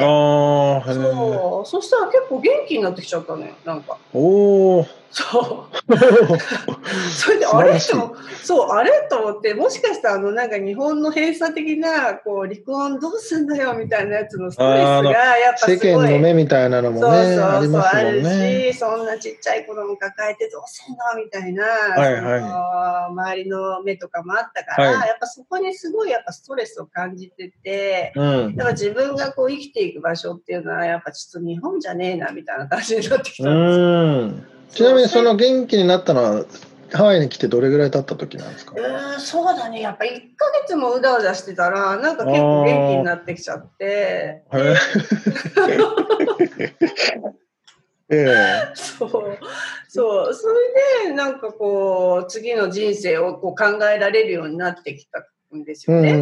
Speaker 3: ああ、へえ。
Speaker 4: そう、そしたら結構元気になってきちゃったのよ、なんか。
Speaker 3: おお。
Speaker 4: そ
Speaker 3: [laughs]
Speaker 4: う。そ
Speaker 3: そ
Speaker 4: れであれ
Speaker 3: い。
Speaker 4: とそうあれと思ってもしかしたらあのなんか日本の閉鎖的なこう離婚どうすんだよみたいなやつのストレス
Speaker 3: あーあの
Speaker 4: がやっぱ
Speaker 3: 世
Speaker 4: すご
Speaker 3: 間
Speaker 4: い。
Speaker 3: の目みたいなのも
Speaker 4: そ
Speaker 3: ね、
Speaker 4: うそう
Speaker 3: あり
Speaker 4: そう
Speaker 3: ます
Speaker 4: あ
Speaker 3: もん
Speaker 4: る
Speaker 3: ね。
Speaker 4: しそんなちっちゃい子供抱えてどうすんのみたいな、
Speaker 3: はいはい
Speaker 4: その周りの目とかもあったから、
Speaker 3: はい
Speaker 4: やっぱそこにすごいやっぱストレスを感じてて。
Speaker 3: うん。
Speaker 4: やっぱ自分がこう生きていく場所っていうのはやっぱちょっと日本じゃねえなみたいな感じになってき
Speaker 3: う
Speaker 4: たんですよ。
Speaker 3: ーん。ちなみにその元気になったのはハワイに来てどれぐらい経った時なんですか。
Speaker 4: うーん、そうだね。やっぱ1ヶ月もうだうだしてたら、なんか結構元気になってきちゃって、
Speaker 3: へえ
Speaker 4: [laughs]
Speaker 3: ええ
Speaker 4: そう、そう、それで、なんかこう、次の人生をこう考えられるようになってきたんです
Speaker 3: う
Speaker 4: よね。
Speaker 3: ん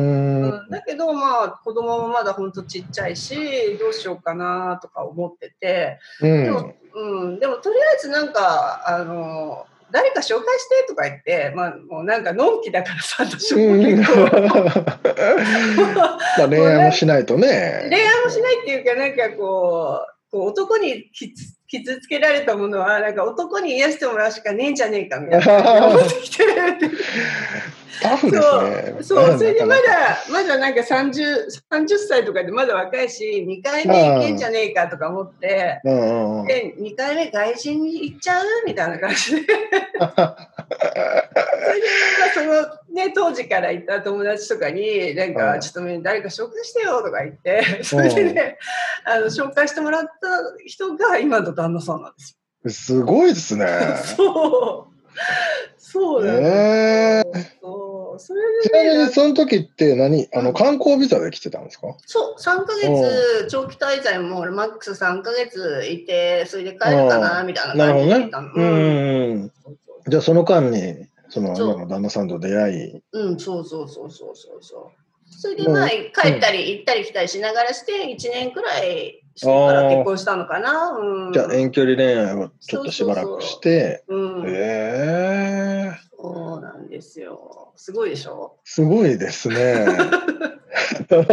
Speaker 4: うん、だけど、まあ、子供もまだほんとちっちゃいし、どうしようかなとか思ってて、
Speaker 3: う
Speaker 4: で
Speaker 3: んう
Speaker 4: も
Speaker 3: ん、
Speaker 4: うん、でもとりあえずなんか、あの、誰か紹介してとか言って、まあ、もうなんか、のんきだからさ、私も
Speaker 3: うんうん
Speaker 4: 結構。
Speaker 3: まあ恋愛もしないと
Speaker 4: 恋
Speaker 3: ね。
Speaker 4: 愛もしないっていうか、なんかこう、こう男に傷傷つけられたものは、なんか男に癒してもらうしかねえんじゃねえかみたいな感じで思ってきてるっていう
Speaker 3: タフですね。
Speaker 4: そう、そう、それでまだ
Speaker 3: なかなか、
Speaker 4: まだなんか30、30歳とかでまだ若いし、2回目いけんじゃねえかとか思って、
Speaker 3: うんうんうん。
Speaker 4: で、2回目外人に行っちゃうみたいな感じ
Speaker 3: [laughs]
Speaker 4: で。それで、まあ、その、ね、当時からいた友達とかに、なん
Speaker 3: う
Speaker 4: か、
Speaker 3: ん
Speaker 4: ちょっとね誰か紹介してよとか言って、それでね、あの、紹介してもらった人が今の旦那さんなんです
Speaker 3: すごいですね。
Speaker 4: よ。
Speaker 3: [laughs]
Speaker 4: そう。そうなん
Speaker 3: ええ
Speaker 4: ですよ。そう。それ
Speaker 3: ち
Speaker 4: で
Speaker 3: なみ
Speaker 4: ね、な
Speaker 3: に
Speaker 4: んか
Speaker 3: その時って何あ
Speaker 4: う
Speaker 3: の
Speaker 4: ん
Speaker 3: 観光ビザで来てたんですか。
Speaker 4: そう、3ヶ月、長期滞在も、マックス3ヶ月いて、それで帰るかな、
Speaker 3: うん
Speaker 4: みたいな
Speaker 3: なるほど
Speaker 4: 感じでい
Speaker 3: ね
Speaker 4: た
Speaker 3: う
Speaker 4: の。。うん。
Speaker 3: んうん。
Speaker 4: そうそう
Speaker 3: じゃあその間にその
Speaker 4: そう
Speaker 3: 今の旦那さんと出会
Speaker 4: うん、そうそうそうそうそうそう。それ
Speaker 3: い
Speaker 4: でま
Speaker 3: も
Speaker 4: あ
Speaker 3: う、
Speaker 4: 帰ったり行ったり来たりしながらして1年くらいしてから結婚したのかな。うん、
Speaker 3: じゃあ遠距離恋愛をちょっとしばらくして
Speaker 4: うん、
Speaker 3: ええ
Speaker 4: そうなんですよ。すごいでしょ
Speaker 3: すごいですね
Speaker 4: そう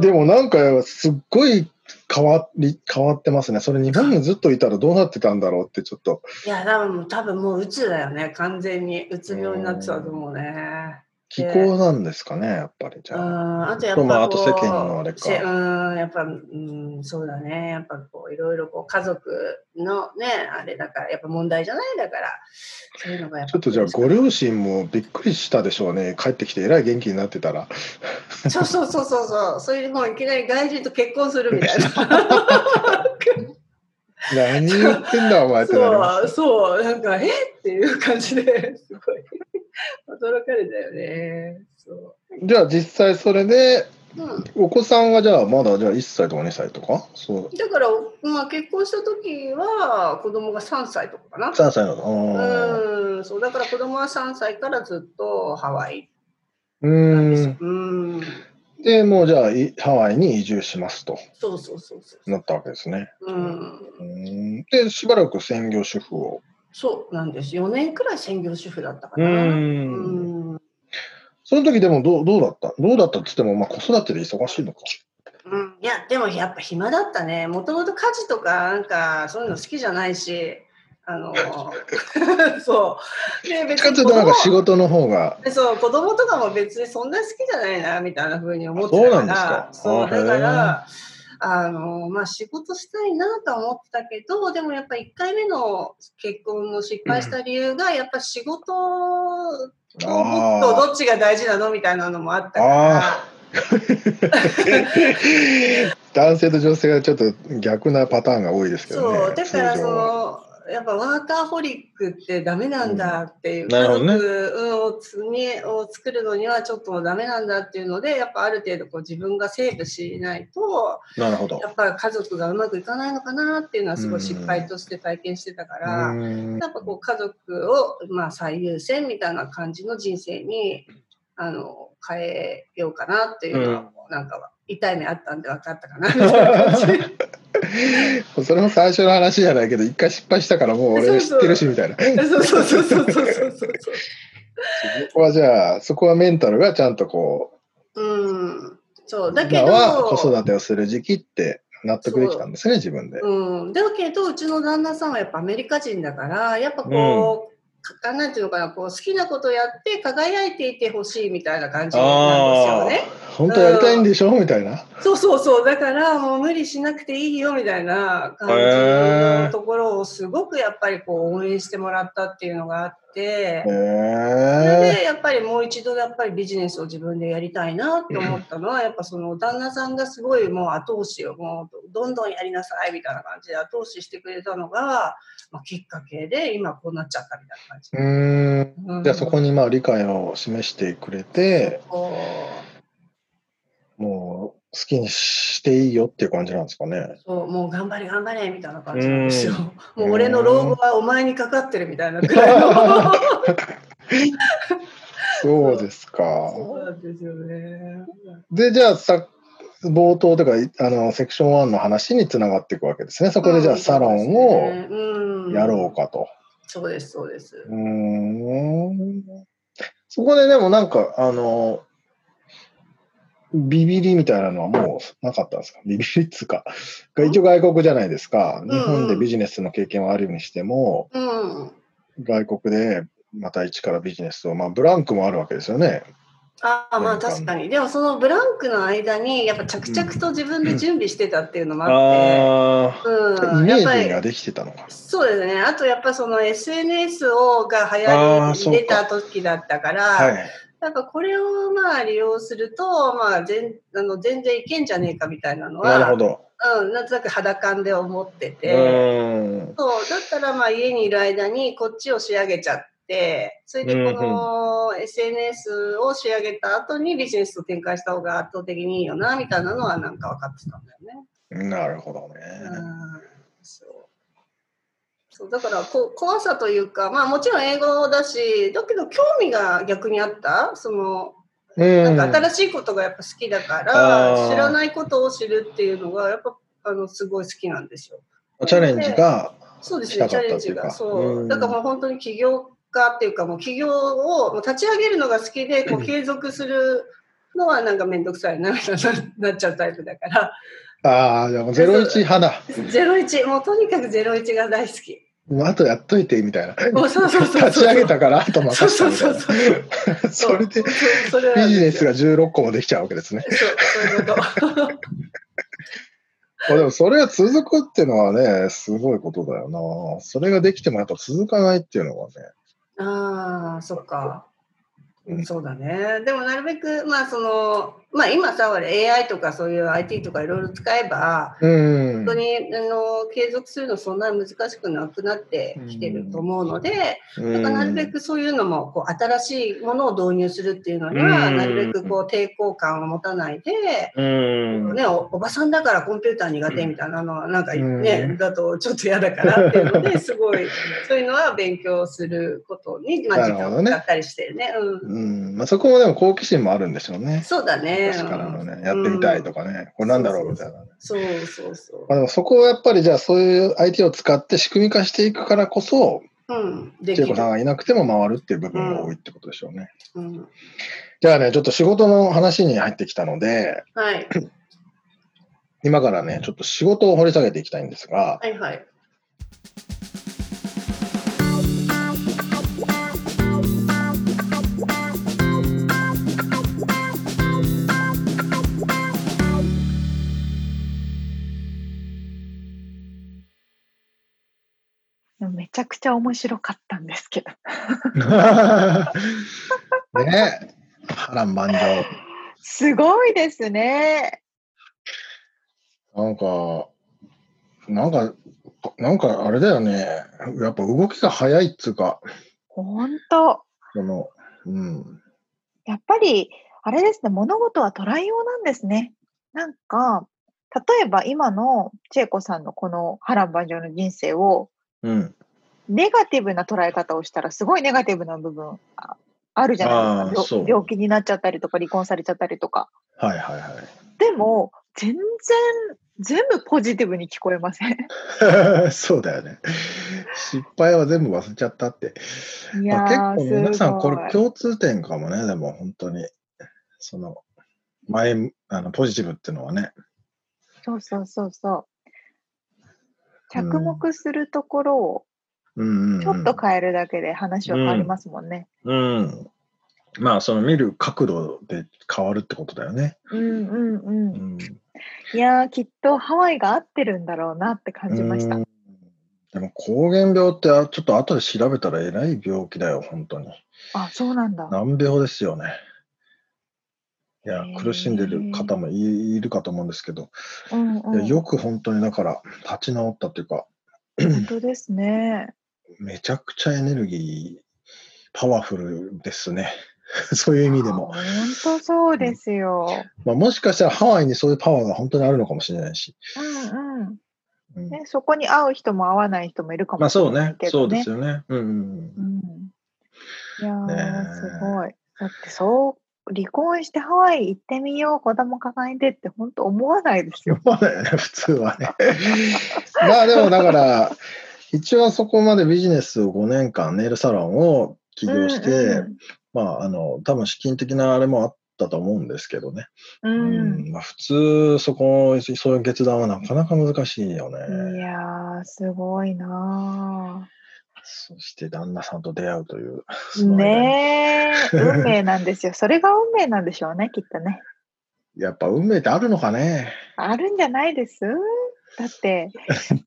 Speaker 3: でもなんかすっごい変わり変わってますねそれ日本にずっといたらどうなってたんだろうってちょっと
Speaker 4: いや多分もう多分もう鬱だよね完全にうつ病になってたと思うね。
Speaker 3: 気候なんですかねやっぱりじ
Speaker 4: うん
Speaker 3: ゃあ
Speaker 4: あとやっ
Speaker 3: とまあ
Speaker 4: ぱ
Speaker 3: あと
Speaker 4: こ
Speaker 3: 世間のあれ
Speaker 4: う、
Speaker 3: か
Speaker 4: せうん、やっぱ、うん、そうだね。やっぱこう、いろいろこう、家族のね、あれだから、やっぱ問題じゃないだから、そういうのがやっ
Speaker 3: ちょ
Speaker 4: ぱ
Speaker 3: っとじゃあ
Speaker 4: 苦しか
Speaker 3: ご
Speaker 4: っ
Speaker 3: 両親もびっくりしたでしょうね帰ってきてえらい元気になってたら
Speaker 4: た。そうそうそうそうそう。それでもういきなり外人と結婚するみたいな。
Speaker 3: 何言ってんだお前ってなりま
Speaker 4: そ
Speaker 3: す
Speaker 4: う、そう、なんか、えっていう感じで、すごい、驚かれたよね。そ
Speaker 3: じゃあ実際それで
Speaker 4: う。うん。
Speaker 3: お子さんがじゃあまだじゃあ1歳とか2歳とかそう
Speaker 4: だから、まあ、結婚した時は、子供が3歳とかかな。
Speaker 3: 3歳なの
Speaker 4: うん、そうだから子供は3歳からずっとハワイ
Speaker 3: う
Speaker 4: なんで
Speaker 3: ん
Speaker 4: す
Speaker 3: う
Speaker 4: よ。
Speaker 3: ん
Speaker 4: うん、
Speaker 3: でもうじゃあいハワイに移住しますと
Speaker 4: そうそうそうそう。
Speaker 3: なったわけですね
Speaker 4: うん、
Speaker 3: うんでしばらく専業主婦を
Speaker 4: そうなんです。4年くらい専業主婦だったか
Speaker 3: う
Speaker 4: な。
Speaker 3: ん
Speaker 4: うん、
Speaker 3: その時でもどうどうだったどうだったっつってもまあ子育てで忙しいのか
Speaker 4: うん、いやでもやっぱ暇だったね。もともと家事とかなんかそういうの好きじゃないし、あの
Speaker 3: [laughs]
Speaker 4: そう。で
Speaker 3: どっ
Speaker 4: 別
Speaker 3: ちか
Speaker 4: に
Speaker 3: ってい
Speaker 4: 子
Speaker 3: うとなん
Speaker 4: 供
Speaker 3: か仕事の方が
Speaker 4: でそう子供とかも別にそんな好きじゃないなみたいな風に思って
Speaker 3: そう
Speaker 4: た
Speaker 3: な
Speaker 4: か
Speaker 3: んですから
Speaker 4: そう
Speaker 3: あ
Speaker 4: だか
Speaker 3: へ
Speaker 4: らあの、まあ、仕事したいなとは思ってたけどでもやっぱ1回目の結婚の失敗した理由がやっぱ仕事と僕と
Speaker 3: あ
Speaker 4: どっちが大事なのみたいなのもあった
Speaker 3: あ
Speaker 4: から
Speaker 3: [laughs] 男性と女性がちょっと逆なパターンが多いですけどね。
Speaker 4: そうだから
Speaker 3: 通
Speaker 4: そ
Speaker 3: 常は
Speaker 4: のやっぱワーカーホリックってダメなんだっていう、
Speaker 3: うんなるほどね
Speaker 4: 家族をつにを作るのにはちょっとダメなんだっていうのでやっぱある程度こう自分がセーブしないと
Speaker 3: なるほど
Speaker 4: や。っぱ家族がうまくいかないのかなっていうのはすごい失敗として体験してたか
Speaker 3: う
Speaker 4: ら、
Speaker 3: ーん
Speaker 4: やっぱこう家族をまあ最優先みたいな感じの人生にあの変えようかなっていうのは、なんか痛い目あったんで分かったかなみたいな
Speaker 3: [laughs]
Speaker 4: 感じ。
Speaker 3: それも最初の話じゃないけど一回失敗したからもう俺知ってるしみたいな
Speaker 4: そうそうそうそうそうそうそう
Speaker 3: そこはじゃあそこはメンタルがちゃんとこう
Speaker 4: うん。そう。だけ
Speaker 3: 今
Speaker 4: ど、
Speaker 3: は子育てをする時期って納得できたんですね自分で。
Speaker 4: うん。だけど、うちの旦那さんはやっぱアメリカ人だから、やっぱこう、かなんていうのかな、こう好きなことやって輝いていてほしいみたいな感じなんですよね。
Speaker 3: ー本当やりたいんでしょみたいな。
Speaker 4: そうそうそう。だからもう無理しなくていいよみたいな感じ
Speaker 3: へ
Speaker 4: の
Speaker 3: ー
Speaker 4: ところをすごくやっぱりこう応援してもらったっていうのがあって。
Speaker 3: へ
Speaker 4: それ
Speaker 3: え
Speaker 4: でやっぱりもう一度やっぱりビジネスを自分でやりたいなって思ったのは、やっぱその旦那さんがすごいもう後押しをもうどんどんやりなさいみたいな感じで後押ししてくれたのが、まあ、きっかけで今こうなっちゃったみたいな感じ
Speaker 3: う。ーん
Speaker 4: うん
Speaker 3: じゃあそこにまあ理解を示してくれて
Speaker 4: そう
Speaker 3: もう好きにしていいよっていう感じなんですかね。
Speaker 4: そうもう頑張れ頑張れみたいな感じなんですよ。
Speaker 3: うん
Speaker 4: [laughs] もう俺の老後はお前にかかってるみたいなくらいの。
Speaker 3: そうですか。
Speaker 4: そうなんですよね。
Speaker 3: でじゃあさ冒頭とかいあのセクション1の話につながっていくわけですね。そこでじゃあサロンを
Speaker 4: を
Speaker 3: やろう。かと。
Speaker 4: そうですそうです
Speaker 3: う。ーんそこででもなんかあのビビりみたいなのはもうなかったんですかビビりっつうかが一応外国じゃないですか
Speaker 4: ん
Speaker 3: 日本でビジネスの経験はあるにしても
Speaker 4: うん。
Speaker 3: 外国でまた一からビジネスをまあブランクもあるわけですよね
Speaker 4: ああまあ
Speaker 3: 年間
Speaker 4: 確かにでもそのブランクの間にやっぱ着々と自分で準備してたっていうのもあって、
Speaker 3: あ
Speaker 4: うん
Speaker 3: イメ
Speaker 4: やっぱ
Speaker 3: ージ
Speaker 4: り
Speaker 3: ができてたのか
Speaker 4: そうですねあとやっぱその SNS をが流
Speaker 3: あー
Speaker 4: 行り
Speaker 3: そうか
Speaker 4: 出た時だったから、
Speaker 3: はい
Speaker 4: やっぱこれをまあ利用すると、まあ、全あの全然いけんじゃねえかみたいなの
Speaker 3: な
Speaker 4: は
Speaker 3: るほど
Speaker 4: うん、なんとなく肌感で思って
Speaker 3: う
Speaker 4: て。
Speaker 3: ーん
Speaker 4: そうだったらまあ家にいる間にこっちを仕上げちゃってそれでこの SNS を仕上げた後にビジネスを展開した方が圧倒的にいいよなみたいなのはなんか分かってたんだよね。
Speaker 3: なるほど
Speaker 4: う
Speaker 3: ね
Speaker 4: んそうそうだからこ怖さというか、まあ、もちろん英語だしだけど興味が逆にあったその
Speaker 3: う
Speaker 4: なん
Speaker 3: ん
Speaker 4: か新しいことがやっぱ好きだから
Speaker 3: あー
Speaker 4: 知らないことを知るっていうのがやっぱあのすごい好きなんですよ。
Speaker 3: チャレンジが
Speaker 4: そうです
Speaker 3: した
Speaker 4: ね、
Speaker 3: か
Speaker 4: チ
Speaker 3: っ
Speaker 4: ャ
Speaker 3: た
Speaker 4: レ
Speaker 3: っ
Speaker 4: ン
Speaker 3: てい
Speaker 4: ジ
Speaker 3: うか
Speaker 4: が。そうう。
Speaker 3: ん
Speaker 4: だからもう本当に起業家っていうか、もう起業をもう立ち上げるのが好きで、こう継続するのはなんか面倒くさいな、みたいななっちゃうタイプだから。
Speaker 3: ああじゃあもう01派だ
Speaker 4: ゼロ一もうとにかくゼロ一が大好
Speaker 3: [laughs]
Speaker 4: き。
Speaker 3: あとやっといてみたいな。
Speaker 4: もう [laughs] そうそうそうそう。
Speaker 3: 立ち上げたからあと
Speaker 4: そ
Speaker 3: 任せ
Speaker 4: う
Speaker 3: て
Speaker 4: そう
Speaker 3: みた
Speaker 4: そ
Speaker 3: いうな。
Speaker 4: そう。
Speaker 3: [laughs] それで
Speaker 4: そうそれな
Speaker 3: ビ
Speaker 4: ん
Speaker 3: ジ
Speaker 4: で
Speaker 3: ネ
Speaker 4: す
Speaker 3: ス
Speaker 4: よ
Speaker 3: が16個もできちゃうわけですね。
Speaker 4: そう、そういうこと。 [laughs]
Speaker 3: まあでもそれが続くっていうのはね、すごいことだよな。それができてもやっぱ続かないっていうのはね。
Speaker 4: ああ、そっか。
Speaker 3: う
Speaker 4: うんんそうだね。でもなるべく、まあその、まあ今さ、ほら AI とかそういう IT とかいろいろ使えば、
Speaker 3: うん。
Speaker 4: 本当にあの継続するのそんなに難しくなくなってきてると思うので、
Speaker 3: うん
Speaker 4: なんかなるべくそういうのもこう新しいものを導入するっていうのには、
Speaker 3: うん
Speaker 4: なるべくこう抵抗感を持たないで、
Speaker 3: うん。
Speaker 4: ね、おおばさんだからコンピューター苦手みたいなのはなんかね、
Speaker 3: うん
Speaker 4: だとちょっと嫌だからっていうの
Speaker 3: [laughs]
Speaker 4: ですごいそういうのは勉強することに、まあ、
Speaker 3: な
Speaker 4: 時
Speaker 3: るほ
Speaker 4: 間
Speaker 3: ど
Speaker 4: を
Speaker 3: ね
Speaker 4: 使ったりしてね。うん
Speaker 3: うん。まあそこもでも好奇心もあるんでしょうね。
Speaker 4: そうだね。
Speaker 3: 昔からのね、やってみたいとかね、これなんだろうみたいなね。
Speaker 4: そうそうそ
Speaker 3: まあでもそこはやっぱりじゃあそういう IT を使って仕組み化していくからこそ、
Speaker 4: う。うん。で
Speaker 3: 千恵
Speaker 4: き
Speaker 3: 子
Speaker 4: る
Speaker 3: さん。がいなくても回るっていう部分が多いってことでしょうね。
Speaker 4: うん、
Speaker 3: じゃあね、ちょっと仕事の話に入ってきたので、
Speaker 4: はい。
Speaker 3: 今からね、ちょっと仕事を掘り下げていきたいんです
Speaker 4: [laughs]
Speaker 3: が、
Speaker 4: はいはい。
Speaker 2: でもめちゃくちゃ面白かったんですけど。
Speaker 3: ねえ、波乱万丈。
Speaker 2: すごいですね。
Speaker 3: なんか、なんか、なんかあれだよね。やっぱ動きが早いっつうか、
Speaker 2: 本当。
Speaker 3: その、うん。
Speaker 2: やっぱり、あれですね、物事は捉えようなんですね。なんか、例えば今の千恵子さんのこの波乱万丈の人生を、
Speaker 3: うん。
Speaker 2: ネガティブな捉え方をしたら、すごいネガティブな部分ああるじゃないですか
Speaker 3: あーそ
Speaker 2: 病。
Speaker 3: う
Speaker 2: 病気になっちゃったりとか、離婚されちゃったりとか。
Speaker 3: はいはいはい。
Speaker 2: でも、全然、全部ポジティブに聞こえません。
Speaker 3: [laughs] そうだよね。失敗は全部忘れちゃったって。
Speaker 2: い
Speaker 3: ま
Speaker 2: や
Speaker 3: あ、
Speaker 2: ー、
Speaker 3: 結構皆さん、こ
Speaker 2: すご
Speaker 3: れ
Speaker 2: い
Speaker 3: 共通点かもね、でも本当に。その、前、あのポジティブっていうのはね。
Speaker 2: そうそうそうそう。
Speaker 3: うん
Speaker 2: 着目するところを
Speaker 3: うんうん、うん。
Speaker 2: ちょっと変えるだけで話は変わりますもんね。
Speaker 3: うん。まあ、その見る角度で変わるってことだよね。
Speaker 2: うんうん
Speaker 3: う
Speaker 2: うん。
Speaker 3: ん。
Speaker 2: いやー、きっとハワイが合ってるんだろうなって感じました。
Speaker 3: うんでも、膠原病って、あちょっと後で調べたらえらい病気だよ、本当に。
Speaker 2: あ、そうなんだ。
Speaker 3: 難病ですよね。いや
Speaker 2: へー、
Speaker 3: 苦しんでる方もいいるかと思うんですけど、
Speaker 2: うんう
Speaker 3: いや
Speaker 2: ん。
Speaker 3: よく本当にだから立ち直ったというか、
Speaker 2: 本当ですね。
Speaker 3: めちゃくちゃエネルギー、パワフルですね。 [laughs] そういう意味でも。
Speaker 2: 本当そうですよ。
Speaker 3: まあ、もしかしたらハワイにそういうパワーが本当にあるのかもしれないし。
Speaker 2: うんうん。
Speaker 3: うん
Speaker 2: ね、そこに合う人も合わない人もいるか
Speaker 3: ま
Speaker 2: も
Speaker 3: あ
Speaker 2: し
Speaker 3: そ
Speaker 2: れ
Speaker 3: う
Speaker 2: ない
Speaker 3: ね
Speaker 2: け、ど
Speaker 3: そうで
Speaker 2: ね
Speaker 3: す。よね。うんうん
Speaker 2: う
Speaker 3: うん [laughs]
Speaker 2: ん。いや
Speaker 3: ね
Speaker 2: ー、
Speaker 3: え
Speaker 2: すごい。だってそう、離婚してハワイ行ってみよう、子供抱えてって本当思わないですよ。
Speaker 3: 思わないよね、普通はね。 [laughs] まあでもだから、一応そこまでビジネスを5年間、ネイルサロンを起業して、まあ、あの、多分資金的なあれもあったと思うんですけどね。
Speaker 2: うんうん、うん
Speaker 3: うんまあ、普通、そこ、そういう決断はなかなか難しいよ
Speaker 2: い
Speaker 3: ね。
Speaker 2: やー、すごいな
Speaker 3: そして旦那さんと出会うという。
Speaker 2: ー。
Speaker 3: その間に
Speaker 2: ねえ、運命なんですよ。それが運命なんでしょうね、きっとね。
Speaker 3: やっぱ運命ってあるのかね。
Speaker 2: あるんじゃないですだって、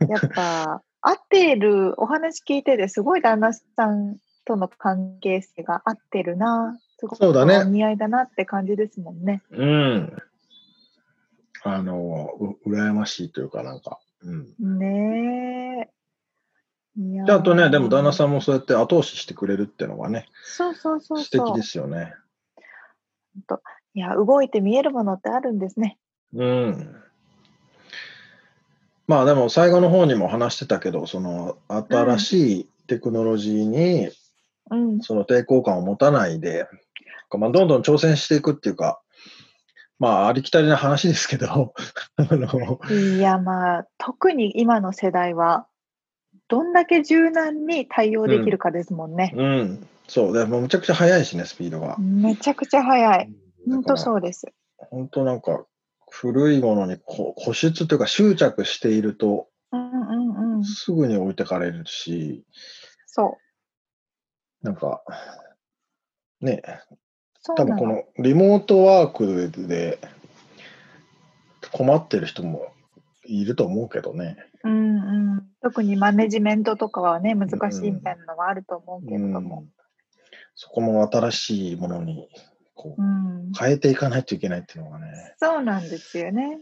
Speaker 2: やっぱ、合ってる、お話聞いてて、すごい旦那さんとの関係性が合ってるなすご
Speaker 3: そうだね
Speaker 2: お似合いだなって感じですもんね。
Speaker 3: うん。あの、う羨ましいというかなんか。うん。
Speaker 2: ねえ。いや
Speaker 3: であとね、でも旦那
Speaker 2: ん。
Speaker 3: さんもそうやって後押ししてくれるっていうのがね、
Speaker 2: そうそうそう
Speaker 3: 素敵
Speaker 2: そう。
Speaker 3: ですよね。
Speaker 2: いや、動いて見えるものってあるんですね。
Speaker 3: うん。まあでも最後の方にも話してたけど、その新しいテクノロジーに
Speaker 2: うん。
Speaker 3: その抵抗感を持たないで、まあ、どんどん挑戦していくっていうか、まあありきたりな話ですけど、 [laughs] あの、
Speaker 2: いやまあ特に今の世代はどんだけ柔軟に対応できるかですもんね。
Speaker 3: うん、そう、でもうむちゃくちゃ速いしね、スピードが。
Speaker 2: めちゃくちゃ早い。本当
Speaker 3: う
Speaker 2: そ
Speaker 3: ん。だから
Speaker 2: うです。
Speaker 3: 本当なんか、古いものにこ固執というか執着していると、
Speaker 2: うんうんうん。
Speaker 3: すぐに置いてかれるし、
Speaker 2: そう。
Speaker 3: なんか、ね、
Speaker 2: そう
Speaker 3: 多
Speaker 2: な
Speaker 3: 分こ
Speaker 2: の。
Speaker 3: のリモートワークで困ってる人もいると思うけどね。
Speaker 2: うんうん。特にマネジメントとかはね難しいみたいなのはあると思うけれ
Speaker 3: う
Speaker 2: ども。
Speaker 3: ん、そこも新しいものにこ
Speaker 2: う。
Speaker 3: うん変えていかないといけないっていうのがね、
Speaker 2: そうなんですよね。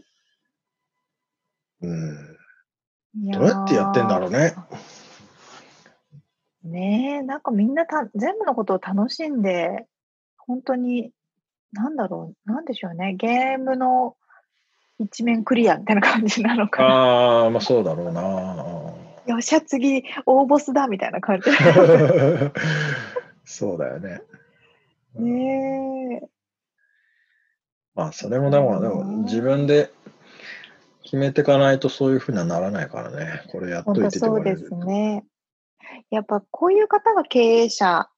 Speaker 3: うん、
Speaker 2: いや
Speaker 3: どうやってやってんだろうね。
Speaker 2: う。ねえなんかみんなた全部のことを楽しんで本当になんだろうなんでしょうねゲームの一面クリアみたいな感じなのかな。
Speaker 3: ああ、まあそうだろ
Speaker 2: [laughs]
Speaker 3: うな。
Speaker 2: よっしゃ、次、大ボスだみたいな感
Speaker 3: [laughs]
Speaker 2: じ。
Speaker 3: そうだよね。
Speaker 2: ねえ。
Speaker 3: まあそれもでもでも自分で決めていかないとそういうふうにはならないからね。これやっと
Speaker 2: 本
Speaker 3: いて
Speaker 2: 当そ
Speaker 3: って言わ
Speaker 2: う
Speaker 3: れ
Speaker 2: で
Speaker 3: る
Speaker 2: すね。やっぱこういう方が経営者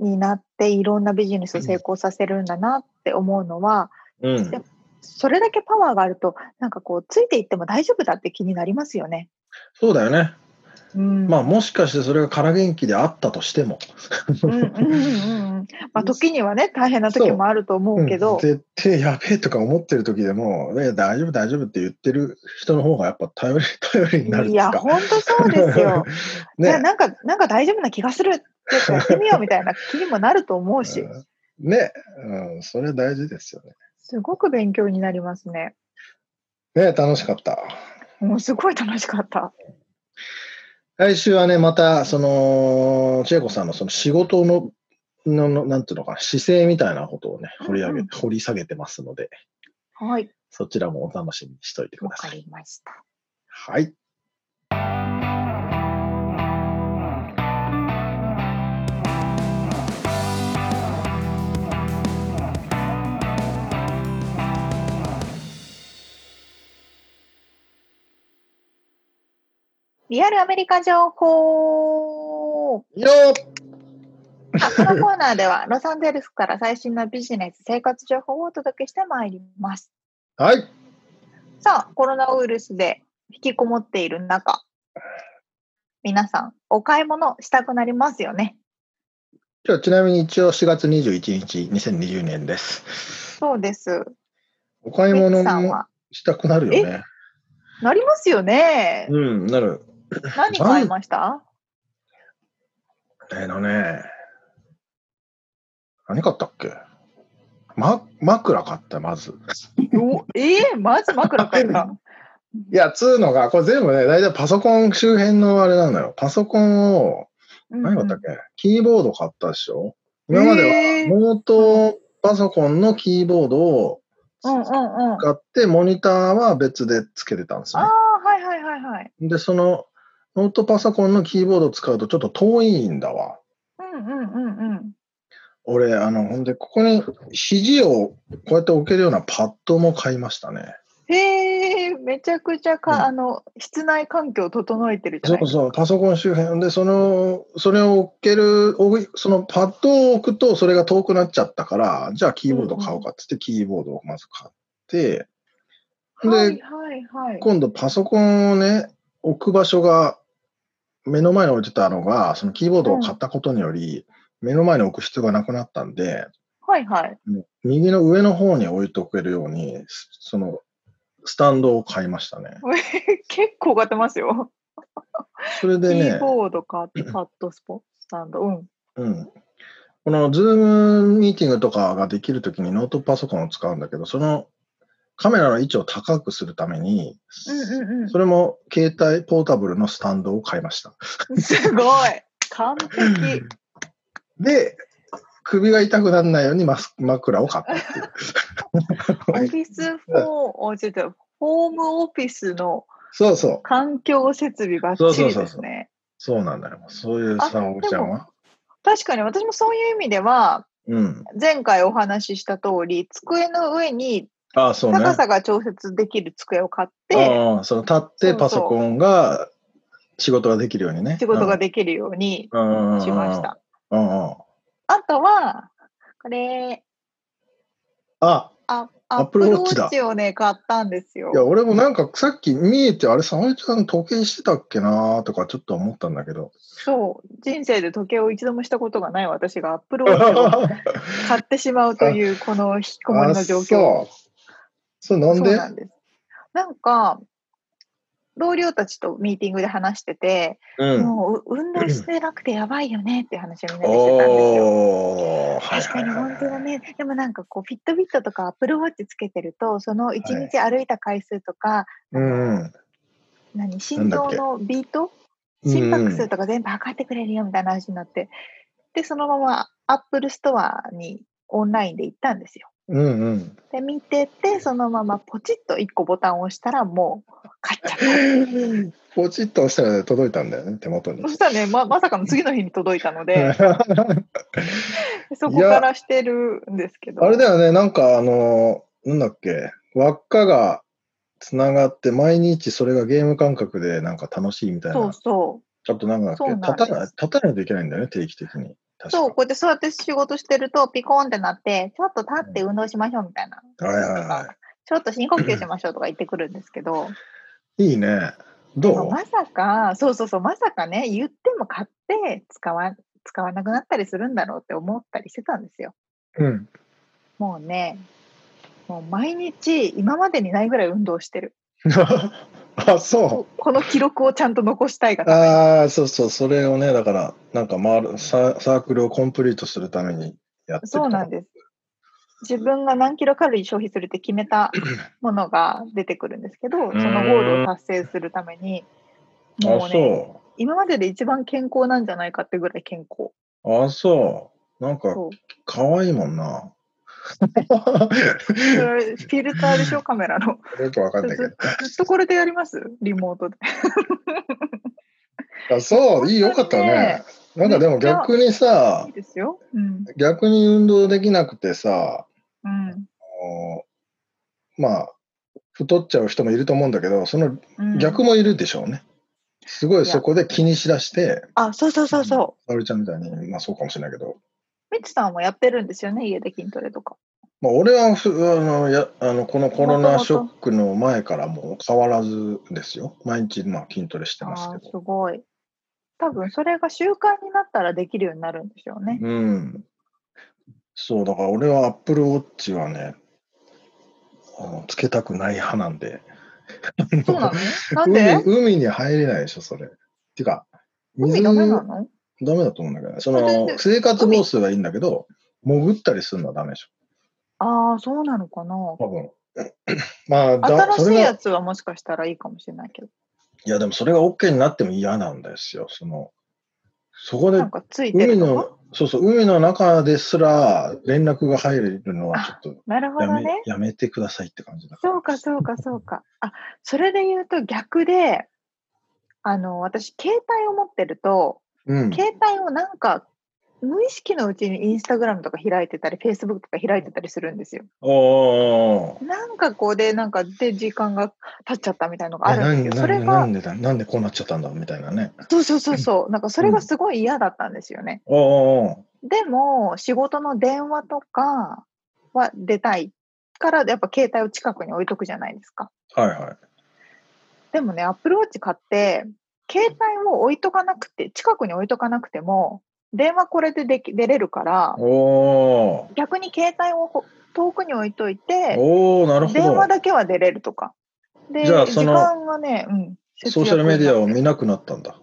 Speaker 2: になっていろんなビジネスを成功させるんだなって思うのは、
Speaker 3: うん。
Speaker 2: それだけパワーがあると、なんかこう、ついていっても大丈夫だって気になりますよね。
Speaker 3: そうだよね。
Speaker 2: うん。
Speaker 3: まあもしかしてそれが空元気であったとしても。
Speaker 2: うんうんうんうん。まあ、時にはね、大変な時もあると思うけ
Speaker 3: う
Speaker 2: ど
Speaker 3: ん、絶対やべえとか思ってる時でも、いや大丈夫大丈夫って言ってる人の方がやっぱ頼り頼りになるん
Speaker 2: い
Speaker 3: です
Speaker 2: や、
Speaker 3: か。
Speaker 2: 本当そうですよ。じゃあ
Speaker 3: [laughs] ね
Speaker 2: なんか、なんか大丈夫な気がする。ちょっとやってみようみたいな気にもなると思うし。
Speaker 3: ね、うん、それ大事ですよね。
Speaker 2: すごく勉強になりますね。
Speaker 3: ね、楽しかった。
Speaker 2: もうすごい楽しかった。
Speaker 3: 来週はね、また、その、千恵子さんのその仕事の、ののなんていうのかな、姿勢みたいなことをね、掘り上げ、
Speaker 2: うんうん
Speaker 3: 掘り下げてますので、
Speaker 2: はい。
Speaker 3: そちらもお楽しみにしておいてく
Speaker 2: わ
Speaker 3: だ
Speaker 2: か
Speaker 3: さい。
Speaker 2: りました。
Speaker 3: はい。
Speaker 2: リアルアメリカ情報
Speaker 3: よ
Speaker 2: あこのコーナーで
Speaker 3: [laughs]
Speaker 2: はロサンゼルスから最新のビジネス、生活情報をお届けしてまいります。
Speaker 3: ーはい。
Speaker 2: さあ、コロナウイルスで引きこもっている中、皆さん、お買い物したくなりますよね。
Speaker 3: 今日ちなみに一応4月21日、2020年です。
Speaker 2: そうです。
Speaker 3: お買い
Speaker 2: ミ
Speaker 3: 物
Speaker 2: キさん
Speaker 3: も
Speaker 2: は。
Speaker 3: したくなるよね。
Speaker 2: なりますよね。
Speaker 3: うん、なる。
Speaker 2: 何買いました
Speaker 3: えーのね、何買ったっけま、枕買った、まず。
Speaker 2: おえー、まず枕買った。
Speaker 3: いや、つうのが、これ全部ね、大体パソコン周辺のあれなんだよ。パソコンを、何買ったっけ、キーボード買ったでしょ今まで
Speaker 2: えー
Speaker 3: はノートパソコンのキーボードを
Speaker 2: うんうんうんうん。
Speaker 3: 買って、モニターは別でつけてたんです
Speaker 2: あ
Speaker 3: よね。
Speaker 2: あ、はいはいはいはい。
Speaker 3: で、そのノートパソコンのキーボードを使うとちょっと遠いんだわ。
Speaker 2: うんうんうんうん。
Speaker 3: 俺、あの、ほんで、ここに肘をこうやって置けるようなパッドも買いましたね。
Speaker 2: へえ、めちゃくちゃか、
Speaker 3: うん
Speaker 2: あの、室内環境整えてるじゃ
Speaker 3: そ
Speaker 2: ないで
Speaker 3: う
Speaker 2: す
Speaker 3: そう、パソコン周辺で、その、それを置ける、置いそのパッドを置くと、それが遠くなっちゃったから、じゃあキーボード買おうかっつって、キーボードをまず買って、
Speaker 2: か。
Speaker 3: うそう
Speaker 2: はい
Speaker 3: で
Speaker 2: はいはい。
Speaker 3: 今度パソコンをね、置く場所が、目の前に置いてたのが、そのキーボードを買ったことにより、目の前に置く必要がなくなったんで、
Speaker 2: はいはい。 [laughs]
Speaker 3: 右の上の方に置いておけるように、その、スタンドを買いましたね。
Speaker 2: 結構買ってますよ。
Speaker 3: それで
Speaker 2: キ
Speaker 3: ね
Speaker 2: ー、ボードか、パッドスポ、スタンド。うん。
Speaker 3: うんこの Zoom ミーティングとかができるときにノートパソコンを使うんだけど、そのカメラの位置を高くするために、
Speaker 2: うんうんうん
Speaker 3: それも携帯ポータブルのスタンドを買いました。
Speaker 2: す
Speaker 3: [laughs]
Speaker 2: ごい。完璧。
Speaker 3: で、首が痛くならないようにマス枕を買ったっていう。
Speaker 2: [laughs] オフィスフォー、お、ちょっと、ホームオフィスの
Speaker 3: そうそう、
Speaker 2: 環境設備ばっち
Speaker 3: そうそう
Speaker 2: り
Speaker 3: そう
Speaker 2: で
Speaker 3: そ
Speaker 2: す
Speaker 3: う
Speaker 2: ね。
Speaker 3: そうなんだよ。そういう
Speaker 2: あ
Speaker 3: さ、おちゃんは。
Speaker 2: 確かに私もそういう意味では、
Speaker 3: うん。
Speaker 2: 前回お話しした通り、机の上に
Speaker 3: ああ、そうね。
Speaker 2: 高さが調節できる机を買って、
Speaker 3: ああ、その立っ
Speaker 2: そ
Speaker 3: て
Speaker 2: うそう
Speaker 3: パソコンが仕事ができるようにね。
Speaker 2: 仕事ができるように
Speaker 3: きま
Speaker 2: しました。。
Speaker 3: うんうんうん。
Speaker 2: あとは、これ、
Speaker 3: あ、
Speaker 2: あアップ
Speaker 3: Apple
Speaker 2: ルウォ
Speaker 3: Watch だ
Speaker 2: ッチをね、買ったんですよ
Speaker 3: い。や、俺もなんかさっき見えて、あれ、沙織ちゃん時計してたっけなーとかちょっと思ったんだけど。
Speaker 2: そう。人生で時計を一度もしたことがない私がアップルウォッチ
Speaker 3: [laughs]
Speaker 2: を買ってしまうという、この引きこもりの状況。
Speaker 3: あそう。それなん
Speaker 2: そう
Speaker 3: で
Speaker 2: なんです。なんか、同僚たちとミーティングで話してて、
Speaker 3: うん。
Speaker 2: もうう運動してなくてやばいよねっていう話をみんなでしてたんですよ。
Speaker 3: おー。はい
Speaker 2: 確
Speaker 3: は
Speaker 2: か
Speaker 3: い
Speaker 2: に
Speaker 3: はい
Speaker 2: 本当
Speaker 3: は
Speaker 2: だ
Speaker 3: い。
Speaker 2: ね。でもなんかこう、フィットビットとかアップルウォッチつけてると、その1
Speaker 3: はい
Speaker 2: 日歩いた回数とか、
Speaker 3: うんうん。
Speaker 2: 何、心臓のビート
Speaker 3: うん
Speaker 2: 心拍数とか全部測ってくれるよみたいな話になって、で、そのままアップルストアにオンラインで行ったんですよ。
Speaker 3: うんうん。
Speaker 2: で、見てて、そのままポチッと1個ボタンを押したらもう買っちゃった。
Speaker 3: ポチッと押したら届いたんだよね、手元に
Speaker 2: そ。したらね、ままさかの次の日に届いたので、
Speaker 3: あ
Speaker 2: そこからしてるんですけど。
Speaker 3: れだよね、なんかあのー、なんだっけ、輪っかがつながって、毎日それがゲーム感覚でなんか楽しいみたい
Speaker 2: そう
Speaker 3: な。
Speaker 2: そ
Speaker 3: ちょっとなんか
Speaker 2: そうなんです
Speaker 3: 立たない、立たないといけないんだよね、定期的に。
Speaker 2: う。
Speaker 3: 確
Speaker 2: そう、
Speaker 3: か
Speaker 2: こうやって座って仕事してると、ピコーンってなって、ちょっと立って運動しましょうみたいな。
Speaker 3: はいはいは
Speaker 2: ちょっと深呼吸しましょうとか言ってくるんですけど、
Speaker 3: い。いいね。
Speaker 2: で
Speaker 3: ど
Speaker 2: も
Speaker 3: う
Speaker 2: まさか、そうそうそう、まさかね、言っても買って使わ使わなくなったりするんだろうって思ったりしてたんですよ。
Speaker 3: うん。 [laughs]
Speaker 2: もうね、もう毎日、今までにないぐらい運動してる。
Speaker 3: あ、そ
Speaker 2: この記録をちゃんと残したいが
Speaker 3: う。
Speaker 2: ために
Speaker 3: ああ、そうそう、それをね、だから、なんか回るサ、サークルをコンプリートするためにやってた。
Speaker 2: そうなんです。自分が何キロカロリー消費するって決め
Speaker 3: [clears throat]
Speaker 2: たものが出てくるんですけど、そのゴールを達成するために、も
Speaker 3: あ、
Speaker 2: うね、
Speaker 3: そ
Speaker 2: 今までで一番健康なんじゃないかってぐらい健康。
Speaker 3: う。あ、そう。なんか、 [laughs]
Speaker 2: そう。
Speaker 3: 可愛いも
Speaker 2: [laughs]
Speaker 3: んな。
Speaker 2: それフィルターでしょ、カメラの。
Speaker 3: よくわかんないけ
Speaker 2: ずずっとこれでやりますリモートで。
Speaker 3: ど。あ、そう、いい、よかったね。なんかでも逆にさ
Speaker 2: いい、ですよ。うん。
Speaker 3: 逆に運動できなくてさ、
Speaker 2: うん。
Speaker 3: あのまあ、太っちゃう人もいると思うんだけど、その
Speaker 2: うん
Speaker 3: 逆もいるでしょうね。すごいそこで気にしだして、
Speaker 2: あ、そうそうそうそう。
Speaker 3: 沙織ちゃんみたいに、まあそうかもしれないけど、
Speaker 2: ミツさんもやってるんですよね、家で筋トレとか。
Speaker 3: まあ、俺はふあのやあのこのコロナ
Speaker 2: もともと
Speaker 3: ショックの前からもう変わらずですよ。毎日まあ筋トレして
Speaker 2: あ
Speaker 3: ます
Speaker 2: あー、
Speaker 3: け
Speaker 2: す
Speaker 3: ど。
Speaker 2: ごい。多分それが習慣になったらできるようになるんでしょう
Speaker 3: [laughs]
Speaker 2: ね。
Speaker 3: うん。そう、だから俺は Apple Watch はね、あのつけたくない派なんで。
Speaker 2: そうなのなん
Speaker 3: 海
Speaker 2: で
Speaker 3: 海に入れないでしょ、それ。てか、
Speaker 2: 海
Speaker 3: 水
Speaker 2: ダメなの
Speaker 3: ダメだと思うんだけどね。そ
Speaker 2: あ全然
Speaker 3: の、生活防水はいいんだけど、潜ったりするのはダメでし
Speaker 2: ああ、そうなのかな。
Speaker 3: ょ。多分。 [clears throat] まあ、だそ
Speaker 2: 新しい
Speaker 3: れ
Speaker 2: や
Speaker 3: が、
Speaker 2: つはもしかしたらいいかもしれないけど、
Speaker 3: いやでもそれが OK になっても嫌なんですよ。その、そこで
Speaker 2: なんかついて
Speaker 3: 海
Speaker 2: るのか
Speaker 3: の、そうそう、海の中ですら連絡が入るのはちょっ
Speaker 2: なるほ
Speaker 3: とや
Speaker 2: ど
Speaker 3: め、
Speaker 2: ね。
Speaker 3: やめてくださいって感じだから。
Speaker 2: そうか、そうか、そうか。あ、それで言うと逆で、あの、私、携帯を持ってると、
Speaker 3: うん。
Speaker 2: 携帯をなんか、無意識のうちにインスタグラムとか開いてたり、フェイスブックとか開いてたりするんですよ。
Speaker 3: おーおーおー。
Speaker 2: なんかこうで、なんかで、時間が経っちゃったみたいなのがあ
Speaker 3: えな
Speaker 2: るん
Speaker 3: ん
Speaker 2: です
Speaker 3: で
Speaker 2: よ。そ
Speaker 3: なん
Speaker 2: れ
Speaker 3: でな
Speaker 2: が
Speaker 3: ん、でだなんでこうなっちゃったんだみたいなね。
Speaker 2: そうそうそうそう、なんかそれ
Speaker 3: う
Speaker 2: が
Speaker 3: ん
Speaker 2: すごい嫌だったんですよね。
Speaker 3: おーおーお
Speaker 2: でも、仕事の電話とかは出たいから、やっぱ携帯を近くに置いとくじゃないですか。
Speaker 3: ーはいはい。
Speaker 2: でもね、Apple Watch 買って、携帯を置いとかなくて、近くに置いとかなくても、電話これででき出れるから、
Speaker 3: おお
Speaker 2: 逆に携帯をほ遠くに置いとい
Speaker 3: ー
Speaker 2: て、
Speaker 3: おーなるほ
Speaker 2: 電話
Speaker 3: ど。
Speaker 2: だけは出れるとか。で、
Speaker 3: じゃあそ
Speaker 2: 時
Speaker 3: の
Speaker 2: 間がね、うん、節
Speaker 3: ソーシャルメディ
Speaker 2: 約に
Speaker 3: アを
Speaker 2: なって
Speaker 3: 見なくなったんだ。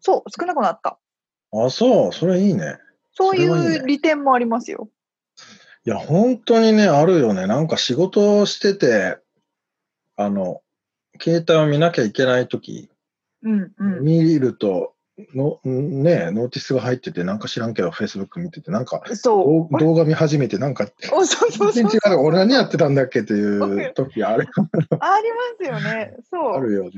Speaker 2: そう、少なくなった。
Speaker 3: あ、そう、それいいね。
Speaker 2: そうい
Speaker 3: それはいいうね
Speaker 2: 利点もありますよ。
Speaker 3: いや、本当にね、あるよね。なんか仕事をしてて、あの、携帯を見なきゃいけないとき、
Speaker 2: うんうん。
Speaker 3: 見ると、のんね、ノーティスが入ってて、なんか知らんけど、Facebook 見てて、なんか
Speaker 2: そう。
Speaker 3: 動動画見始めて、なんか、
Speaker 2: お [laughs] そうそう
Speaker 3: 全
Speaker 2: そう
Speaker 3: 然違う、俺何やってたんだっけっていう時ある
Speaker 2: ありますよ
Speaker 3: [laughs]
Speaker 2: ね。そ
Speaker 3: あ
Speaker 2: う。
Speaker 3: るよね。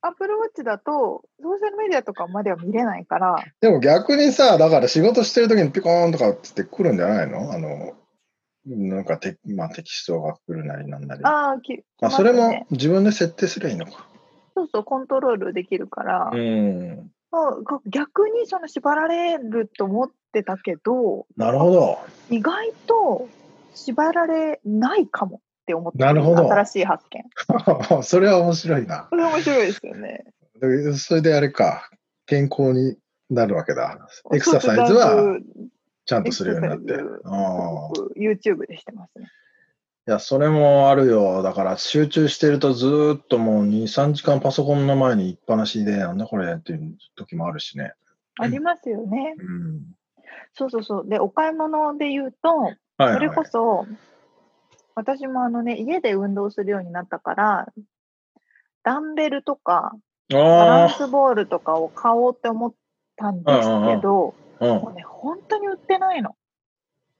Speaker 2: アップルウォッチだと、ソーシャルメディアとかまでは見れないから、
Speaker 3: [laughs] でも逆にさ、だから仕事してる時にピコーンとかっつって来るんじゃないのあの、なんかテ,、まあ、テキストが来るなりなんなり。
Speaker 2: ああ、き、
Speaker 3: ま
Speaker 2: 来ま
Speaker 3: あ、
Speaker 2: す
Speaker 3: それも
Speaker 2: ね
Speaker 3: 自分で設定すればいいのか。
Speaker 2: そうそう、コントロールできるから、
Speaker 3: うん。
Speaker 2: まあ逆にその縛られると思ってたけど、
Speaker 3: なるほど。
Speaker 2: 意外と縛られないかもって思った。
Speaker 3: なるほど
Speaker 2: 新しい発見。
Speaker 3: [laughs] それは面白いな。
Speaker 2: これ面白いですよね。
Speaker 3: でそれであれか、健康になるわけだ。エクササイズ
Speaker 2: そう
Speaker 3: は
Speaker 2: そう
Speaker 3: ちゃんとするようになっ
Speaker 2: エ
Speaker 3: て
Speaker 2: クササイズ。
Speaker 3: ああ
Speaker 2: すごく YouTube でしてますね。
Speaker 3: いや、それもあるよ。だから集中してるとずーっともう2、3時間パソコンの前にいっぱなしで、なんだこれっていう時もあるしね。
Speaker 2: ありますよね。
Speaker 3: うん。
Speaker 2: そうそうそう。で、お買い物で言うと、
Speaker 3: はい、はい。
Speaker 2: それこそ、私もあのね、家で運動するようになったから、ダンベルとか、バラン
Speaker 3: あ
Speaker 2: スボールとかを買おうって思ったんですけど、
Speaker 3: あ、うん
Speaker 2: もう。ね、本当に売ってないの。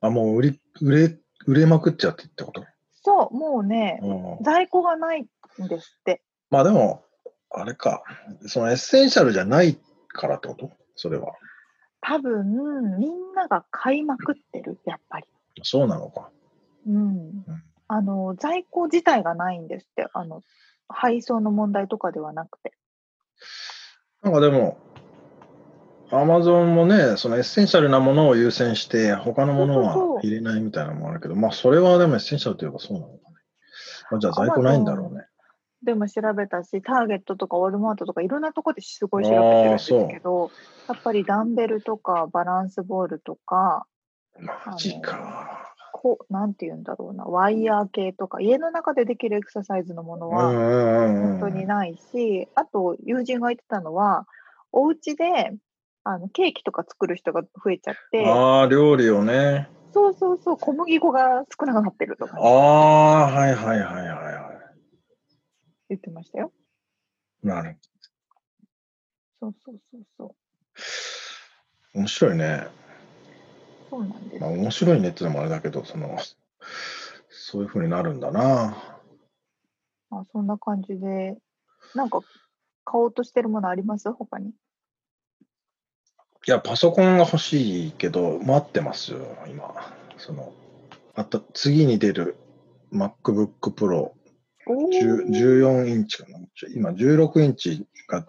Speaker 3: あ、もう売り、売れ、売れまくっちゃってってこと。
Speaker 2: そう、もうね、
Speaker 3: うん
Speaker 2: 在庫がないんですって。
Speaker 3: まあでも、あれか、そのエッセンシャルじゃないからってことそれは。
Speaker 2: 多分、みんなが買いまくってる、やっぱり。
Speaker 3: そうなのか。
Speaker 2: うん。あの、在庫自体がないんですって。あの、配送の問題とかではなくて。
Speaker 3: なんかでも、アマゾンもね、そのエッセンシャルなものを優先して、他のもの
Speaker 2: そうそうそ
Speaker 3: は
Speaker 2: う
Speaker 3: 入れないみたいなのもあるけど、まあそれはでもエッセンシャルといえばそうなのかね。まあ、じゃあ在庫ないんだろうね。
Speaker 2: でも調べたし、ターゲットとかウォルマートとかいろんなとこですごい調べてるんですけど、やっぱりダンベルとかバランスボールとか、
Speaker 3: マジか。
Speaker 2: こう、なんて言うんだろうな、ワイヤー系とか、家の中でできるエクササイズのもの
Speaker 3: うんう
Speaker 2: は
Speaker 3: ん
Speaker 2: 本
Speaker 3: う
Speaker 2: 当
Speaker 3: んう
Speaker 2: に
Speaker 3: ん。
Speaker 2: ないし、あと友人が言ってたのは、お家であのケーキとか作る人が増えちゃって、
Speaker 3: ああ、料理をね。
Speaker 2: そうそうそう、小麦粉が少なくなってるとか
Speaker 3: ああ、はいはいはいはいは
Speaker 2: 言ってましたよ。
Speaker 3: い。なる
Speaker 2: そうそうそうそう。
Speaker 3: 面白いね。
Speaker 2: そうなんです
Speaker 3: まあ、。面白いねってのもあれだけど、その、そういうふうになるんだな。
Speaker 2: まあ、そんな感じで、なんか買おうとしてるものあります他に。
Speaker 3: いや、パソコンが欲しいけど、待ってますよ、今。その、あと、次に出る MacBook Pro
Speaker 2: お
Speaker 3: 10 14インチかな。ちょ今、16インチが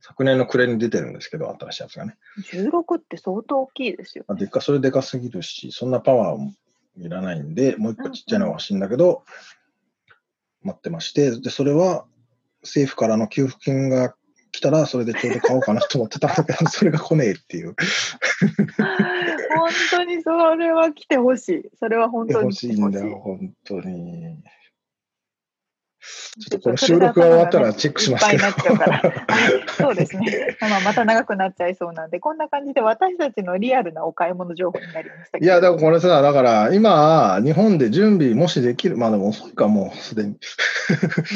Speaker 3: 昨年の暮れに出てるんですけど、新しいやつがね。
Speaker 2: 16って相当大きいですよ。
Speaker 3: まあでっか、それでかすぎるし、そんなパワーもいらないんで、もう一個ちっちゃいのが欲しいんだけど、待ってまして、で、それは政府からの給付金が来たら、それでちょうど買おうかなと思ってたんだけど、それが来ねえっていう。
Speaker 2: 本当にそれは来てほしい。それは本当
Speaker 3: 欲
Speaker 2: に
Speaker 3: し
Speaker 2: 来
Speaker 3: い
Speaker 2: てほ
Speaker 3: ん
Speaker 2: しい。
Speaker 3: だよ、本当に。ちょっとこの収録が終わったらチェックしますけど。
Speaker 2: いっぱいになっちゃうから。 [laughs] はいそうですね。まあ、また長くなっちゃいそうなんで、こんな感じで私たちのリアルなお買い物情報になりましたけ
Speaker 3: [laughs] い
Speaker 2: れど
Speaker 3: や、だからこれさ、だから今、日本で準備もしできる、まあでも遅いか、もうすでに。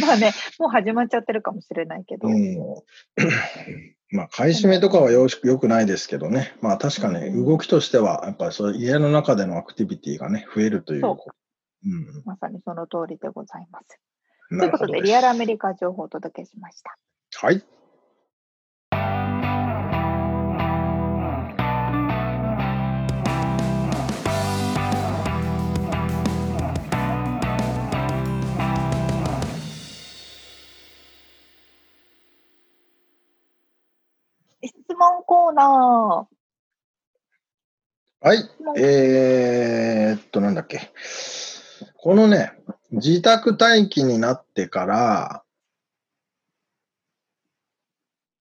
Speaker 2: まあね、もう始まっちゃってるかもしれないけど、
Speaker 3: うん、まあ買い占めとかはよしよくないですけどね、まあ確か
Speaker 2: う
Speaker 3: に
Speaker 2: ん
Speaker 3: 動きとしては、やっぱりそういう家の中でのアクティビティがね、増えるという。
Speaker 2: そう
Speaker 3: うん、
Speaker 2: まさにその通りでございます。と
Speaker 3: ないる
Speaker 2: うこ
Speaker 3: ほ
Speaker 2: と
Speaker 3: ど
Speaker 2: で、
Speaker 3: です
Speaker 2: リアルアメリカ情報をお届けしました。
Speaker 3: はい。
Speaker 2: 質問コーナー。
Speaker 3: はい。
Speaker 2: 質問
Speaker 3: えーっと、なんだっけ。このね、自宅待機になってから、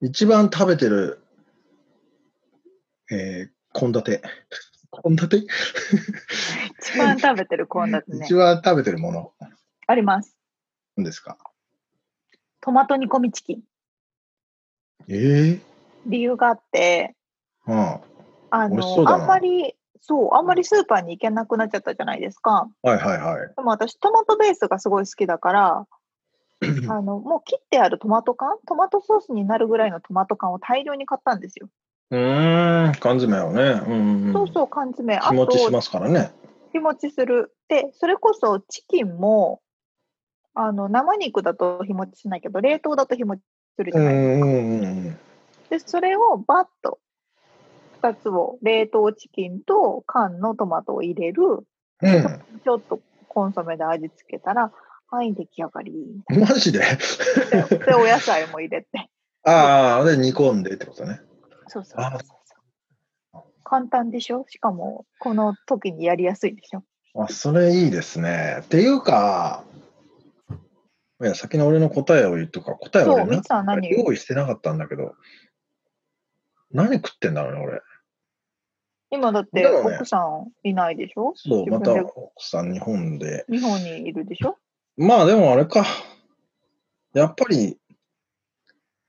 Speaker 3: 一番食べてる、えー、献立。献立
Speaker 2: 一番食べてるコーナーですね
Speaker 3: 一。番食べてるもの
Speaker 2: あります。
Speaker 3: なんですか
Speaker 2: トマト煮込みチキン。
Speaker 3: ええ
Speaker 2: 理由があって、
Speaker 3: うん。
Speaker 2: あ
Speaker 3: 美味しそう
Speaker 2: の、
Speaker 3: だ
Speaker 2: あ
Speaker 3: なん
Speaker 2: まり、そう、あんまりスーパーに行けなくなっちゃったじゃないですか。
Speaker 3: はいはいはい。
Speaker 2: でも私、トマトベースがすごい好きだ
Speaker 3: [clears throat]
Speaker 2: から、あの、もう切ってあるトマト缶、トマトソースになるぐらいのトマト缶を大量に買ったんですよ。
Speaker 3: うーん、缶詰をね。うん、うん。
Speaker 2: そう
Speaker 3: う
Speaker 2: そう、缶詰。
Speaker 3: ん。
Speaker 2: あ
Speaker 3: 日持
Speaker 2: と、
Speaker 3: ちしますからね。
Speaker 2: 日持ちする。で、それこそチキンも、あの、生肉だと日持ちしないけど、冷凍だと日持ちするじ
Speaker 3: う
Speaker 2: ゃ
Speaker 3: ん
Speaker 2: ないですか。
Speaker 3: うんうん
Speaker 2: で、それをバッと、2つを、冷凍チキンと缶のトマトを入れる、
Speaker 3: うん。
Speaker 2: ちょっとコンソメで味付けたら、はい、出来上がり。
Speaker 3: うん。マジで [laughs]
Speaker 2: で、お野菜も入れて。
Speaker 3: ああ、で、煮込んでってことね。
Speaker 2: そうそうそう
Speaker 3: あ
Speaker 2: そう。簡単でしょしかも、この時にやりやすいでしょ
Speaker 3: あ、それいいですね。っていうか、いや、先に俺の答えを言うとか、答え
Speaker 2: そう
Speaker 3: 俺な
Speaker 2: ミツさん何
Speaker 3: 用意してなかったんだけど、何食ってんだろうね、俺。
Speaker 2: 今だって
Speaker 3: だよね
Speaker 2: 奥さんいないでしょ
Speaker 3: そう、
Speaker 2: 自
Speaker 3: ま
Speaker 2: 分
Speaker 3: た
Speaker 2: で
Speaker 3: 奥さん日本で。
Speaker 2: 日本にいるでしょ
Speaker 3: まあでもあれか。やっぱり、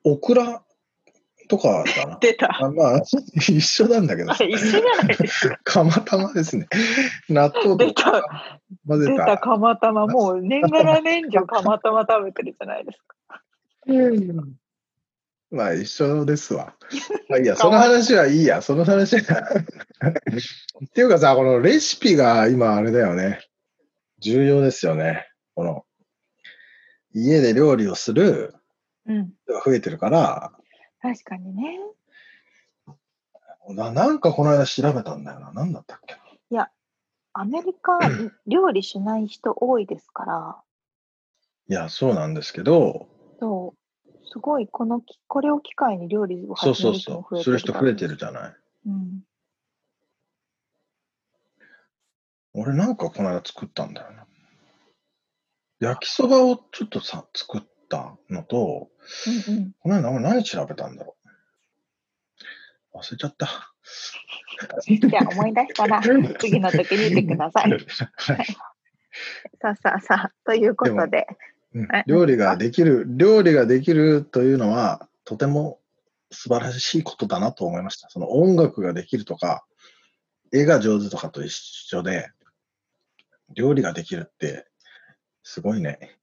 Speaker 3: オクラとかだ
Speaker 2: [laughs]
Speaker 3: な。
Speaker 2: 出た。
Speaker 3: あまあ、一緒なんだけど
Speaker 2: あ、 [laughs] れ一
Speaker 3: [laughs]
Speaker 2: 緒じゃないですか。
Speaker 3: 釜玉ですね。納豆
Speaker 2: 出
Speaker 3: とか
Speaker 2: た、
Speaker 3: 混ぜ
Speaker 2: 出
Speaker 3: た
Speaker 2: た、。かまたま。もう年がら年中かまたま食べてるじゃないですか。
Speaker 3: まあ、一緒です [laughs] わ。まあ、いいや、その話はいいや、その話は。っていうかさ、このレシピが今、あれだよね。重要ですよね。この、家で料理をする
Speaker 2: うん。
Speaker 3: 人が増えてるから、
Speaker 2: 確かにね。
Speaker 3: ななんかこの間調べたんだよな。なんだったっけな。
Speaker 2: アメリ
Speaker 3: [clears throat]
Speaker 2: カ、料理しない人多いですから。
Speaker 3: いや、そうなんですけど、
Speaker 2: そう。すごい、このき、これを機会に料理を
Speaker 3: そう
Speaker 2: 始
Speaker 3: そ
Speaker 2: め
Speaker 3: う
Speaker 2: る人
Speaker 3: そ
Speaker 2: も増え
Speaker 3: う。
Speaker 2: て
Speaker 3: す
Speaker 2: る
Speaker 3: る人増えてるじゃない。
Speaker 2: うん。
Speaker 3: 俺なんかこの間作ったんだよな。焼きそばをちょっとさ、作ったのと、
Speaker 2: うんうん。
Speaker 3: この間俺何調べたんだろう。忘れちゃった。
Speaker 2: じゃあ、思い出した
Speaker 3: [laughs]
Speaker 2: ら、次の時に言ってください。さあさあさあ、ということで、
Speaker 3: うん
Speaker 2: え
Speaker 3: 料理ができる、料理ができるというのは、とても素晴らしいことだなと思いました。その音楽ができるとか、絵が上手とかと一緒で、料理ができるって、すごいね。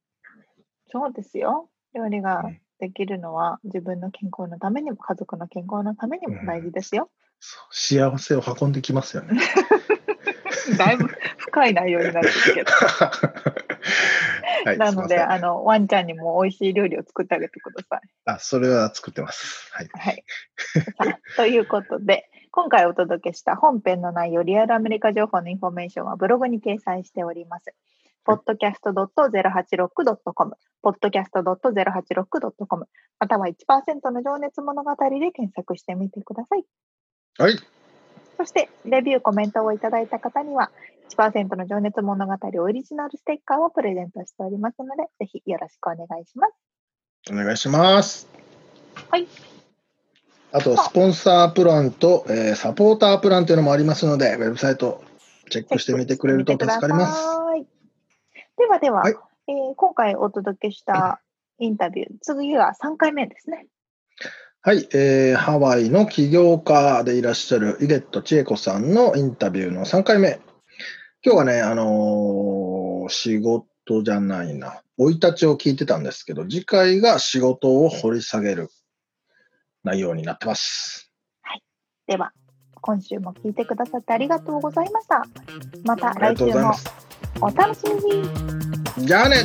Speaker 2: そうですよ。料理が
Speaker 3: うん
Speaker 2: できるのは自分の健康のためにも家族の健康のためにも大事ですよ。
Speaker 3: そう幸せを運んできますよ
Speaker 2: [laughs]
Speaker 3: ね。
Speaker 2: だいぶ深い内容になってる
Speaker 3: [laughs]
Speaker 2: けど。
Speaker 3: はい、
Speaker 2: な
Speaker 3: すいま
Speaker 2: ので
Speaker 3: せん
Speaker 2: あの、ワンちゃんにも美味しい料理を作ってあげてください。
Speaker 3: あ、それは作ってます。はい。
Speaker 2: はい。 [laughs] さあということで、今回お届けした本編の内容、リアルアメリカ情報のインフォメーションはブログに掲載しております。podcast.086.com、podcast.086.com、または1%の情熱物語で検索してみてください。
Speaker 3: はい。
Speaker 2: そして、レビュー、コメントをいただいた方には、1%の情熱物語オリジナルステッカーをプレゼントしておりますので、ぜひよろしくお願いします。
Speaker 3: お願いします。
Speaker 2: はい。
Speaker 3: あと、スポンサープランと、えーサポータープランというのもありますので、ウェブサイトチェックしてみてくれると助かります。
Speaker 2: ではでは、
Speaker 3: はい
Speaker 2: えー今回お届けしたインタビュー、次は3回目ですね。
Speaker 3: はい、えーハワイの起業家でいらっしゃるイゲット千恵子さんのインタビューの3回目。今日はね、あのー仕事じゃないな、生い立ちを聞いてたんですけど、次回が仕事を掘り下げる内容になってます。
Speaker 2: では、今週も聞いてくださってありがとうございました。また
Speaker 3: ありが
Speaker 2: 来
Speaker 3: とう
Speaker 2: 週
Speaker 3: ござい
Speaker 2: も
Speaker 3: ます。
Speaker 2: お楽しみに。
Speaker 3: じゃあね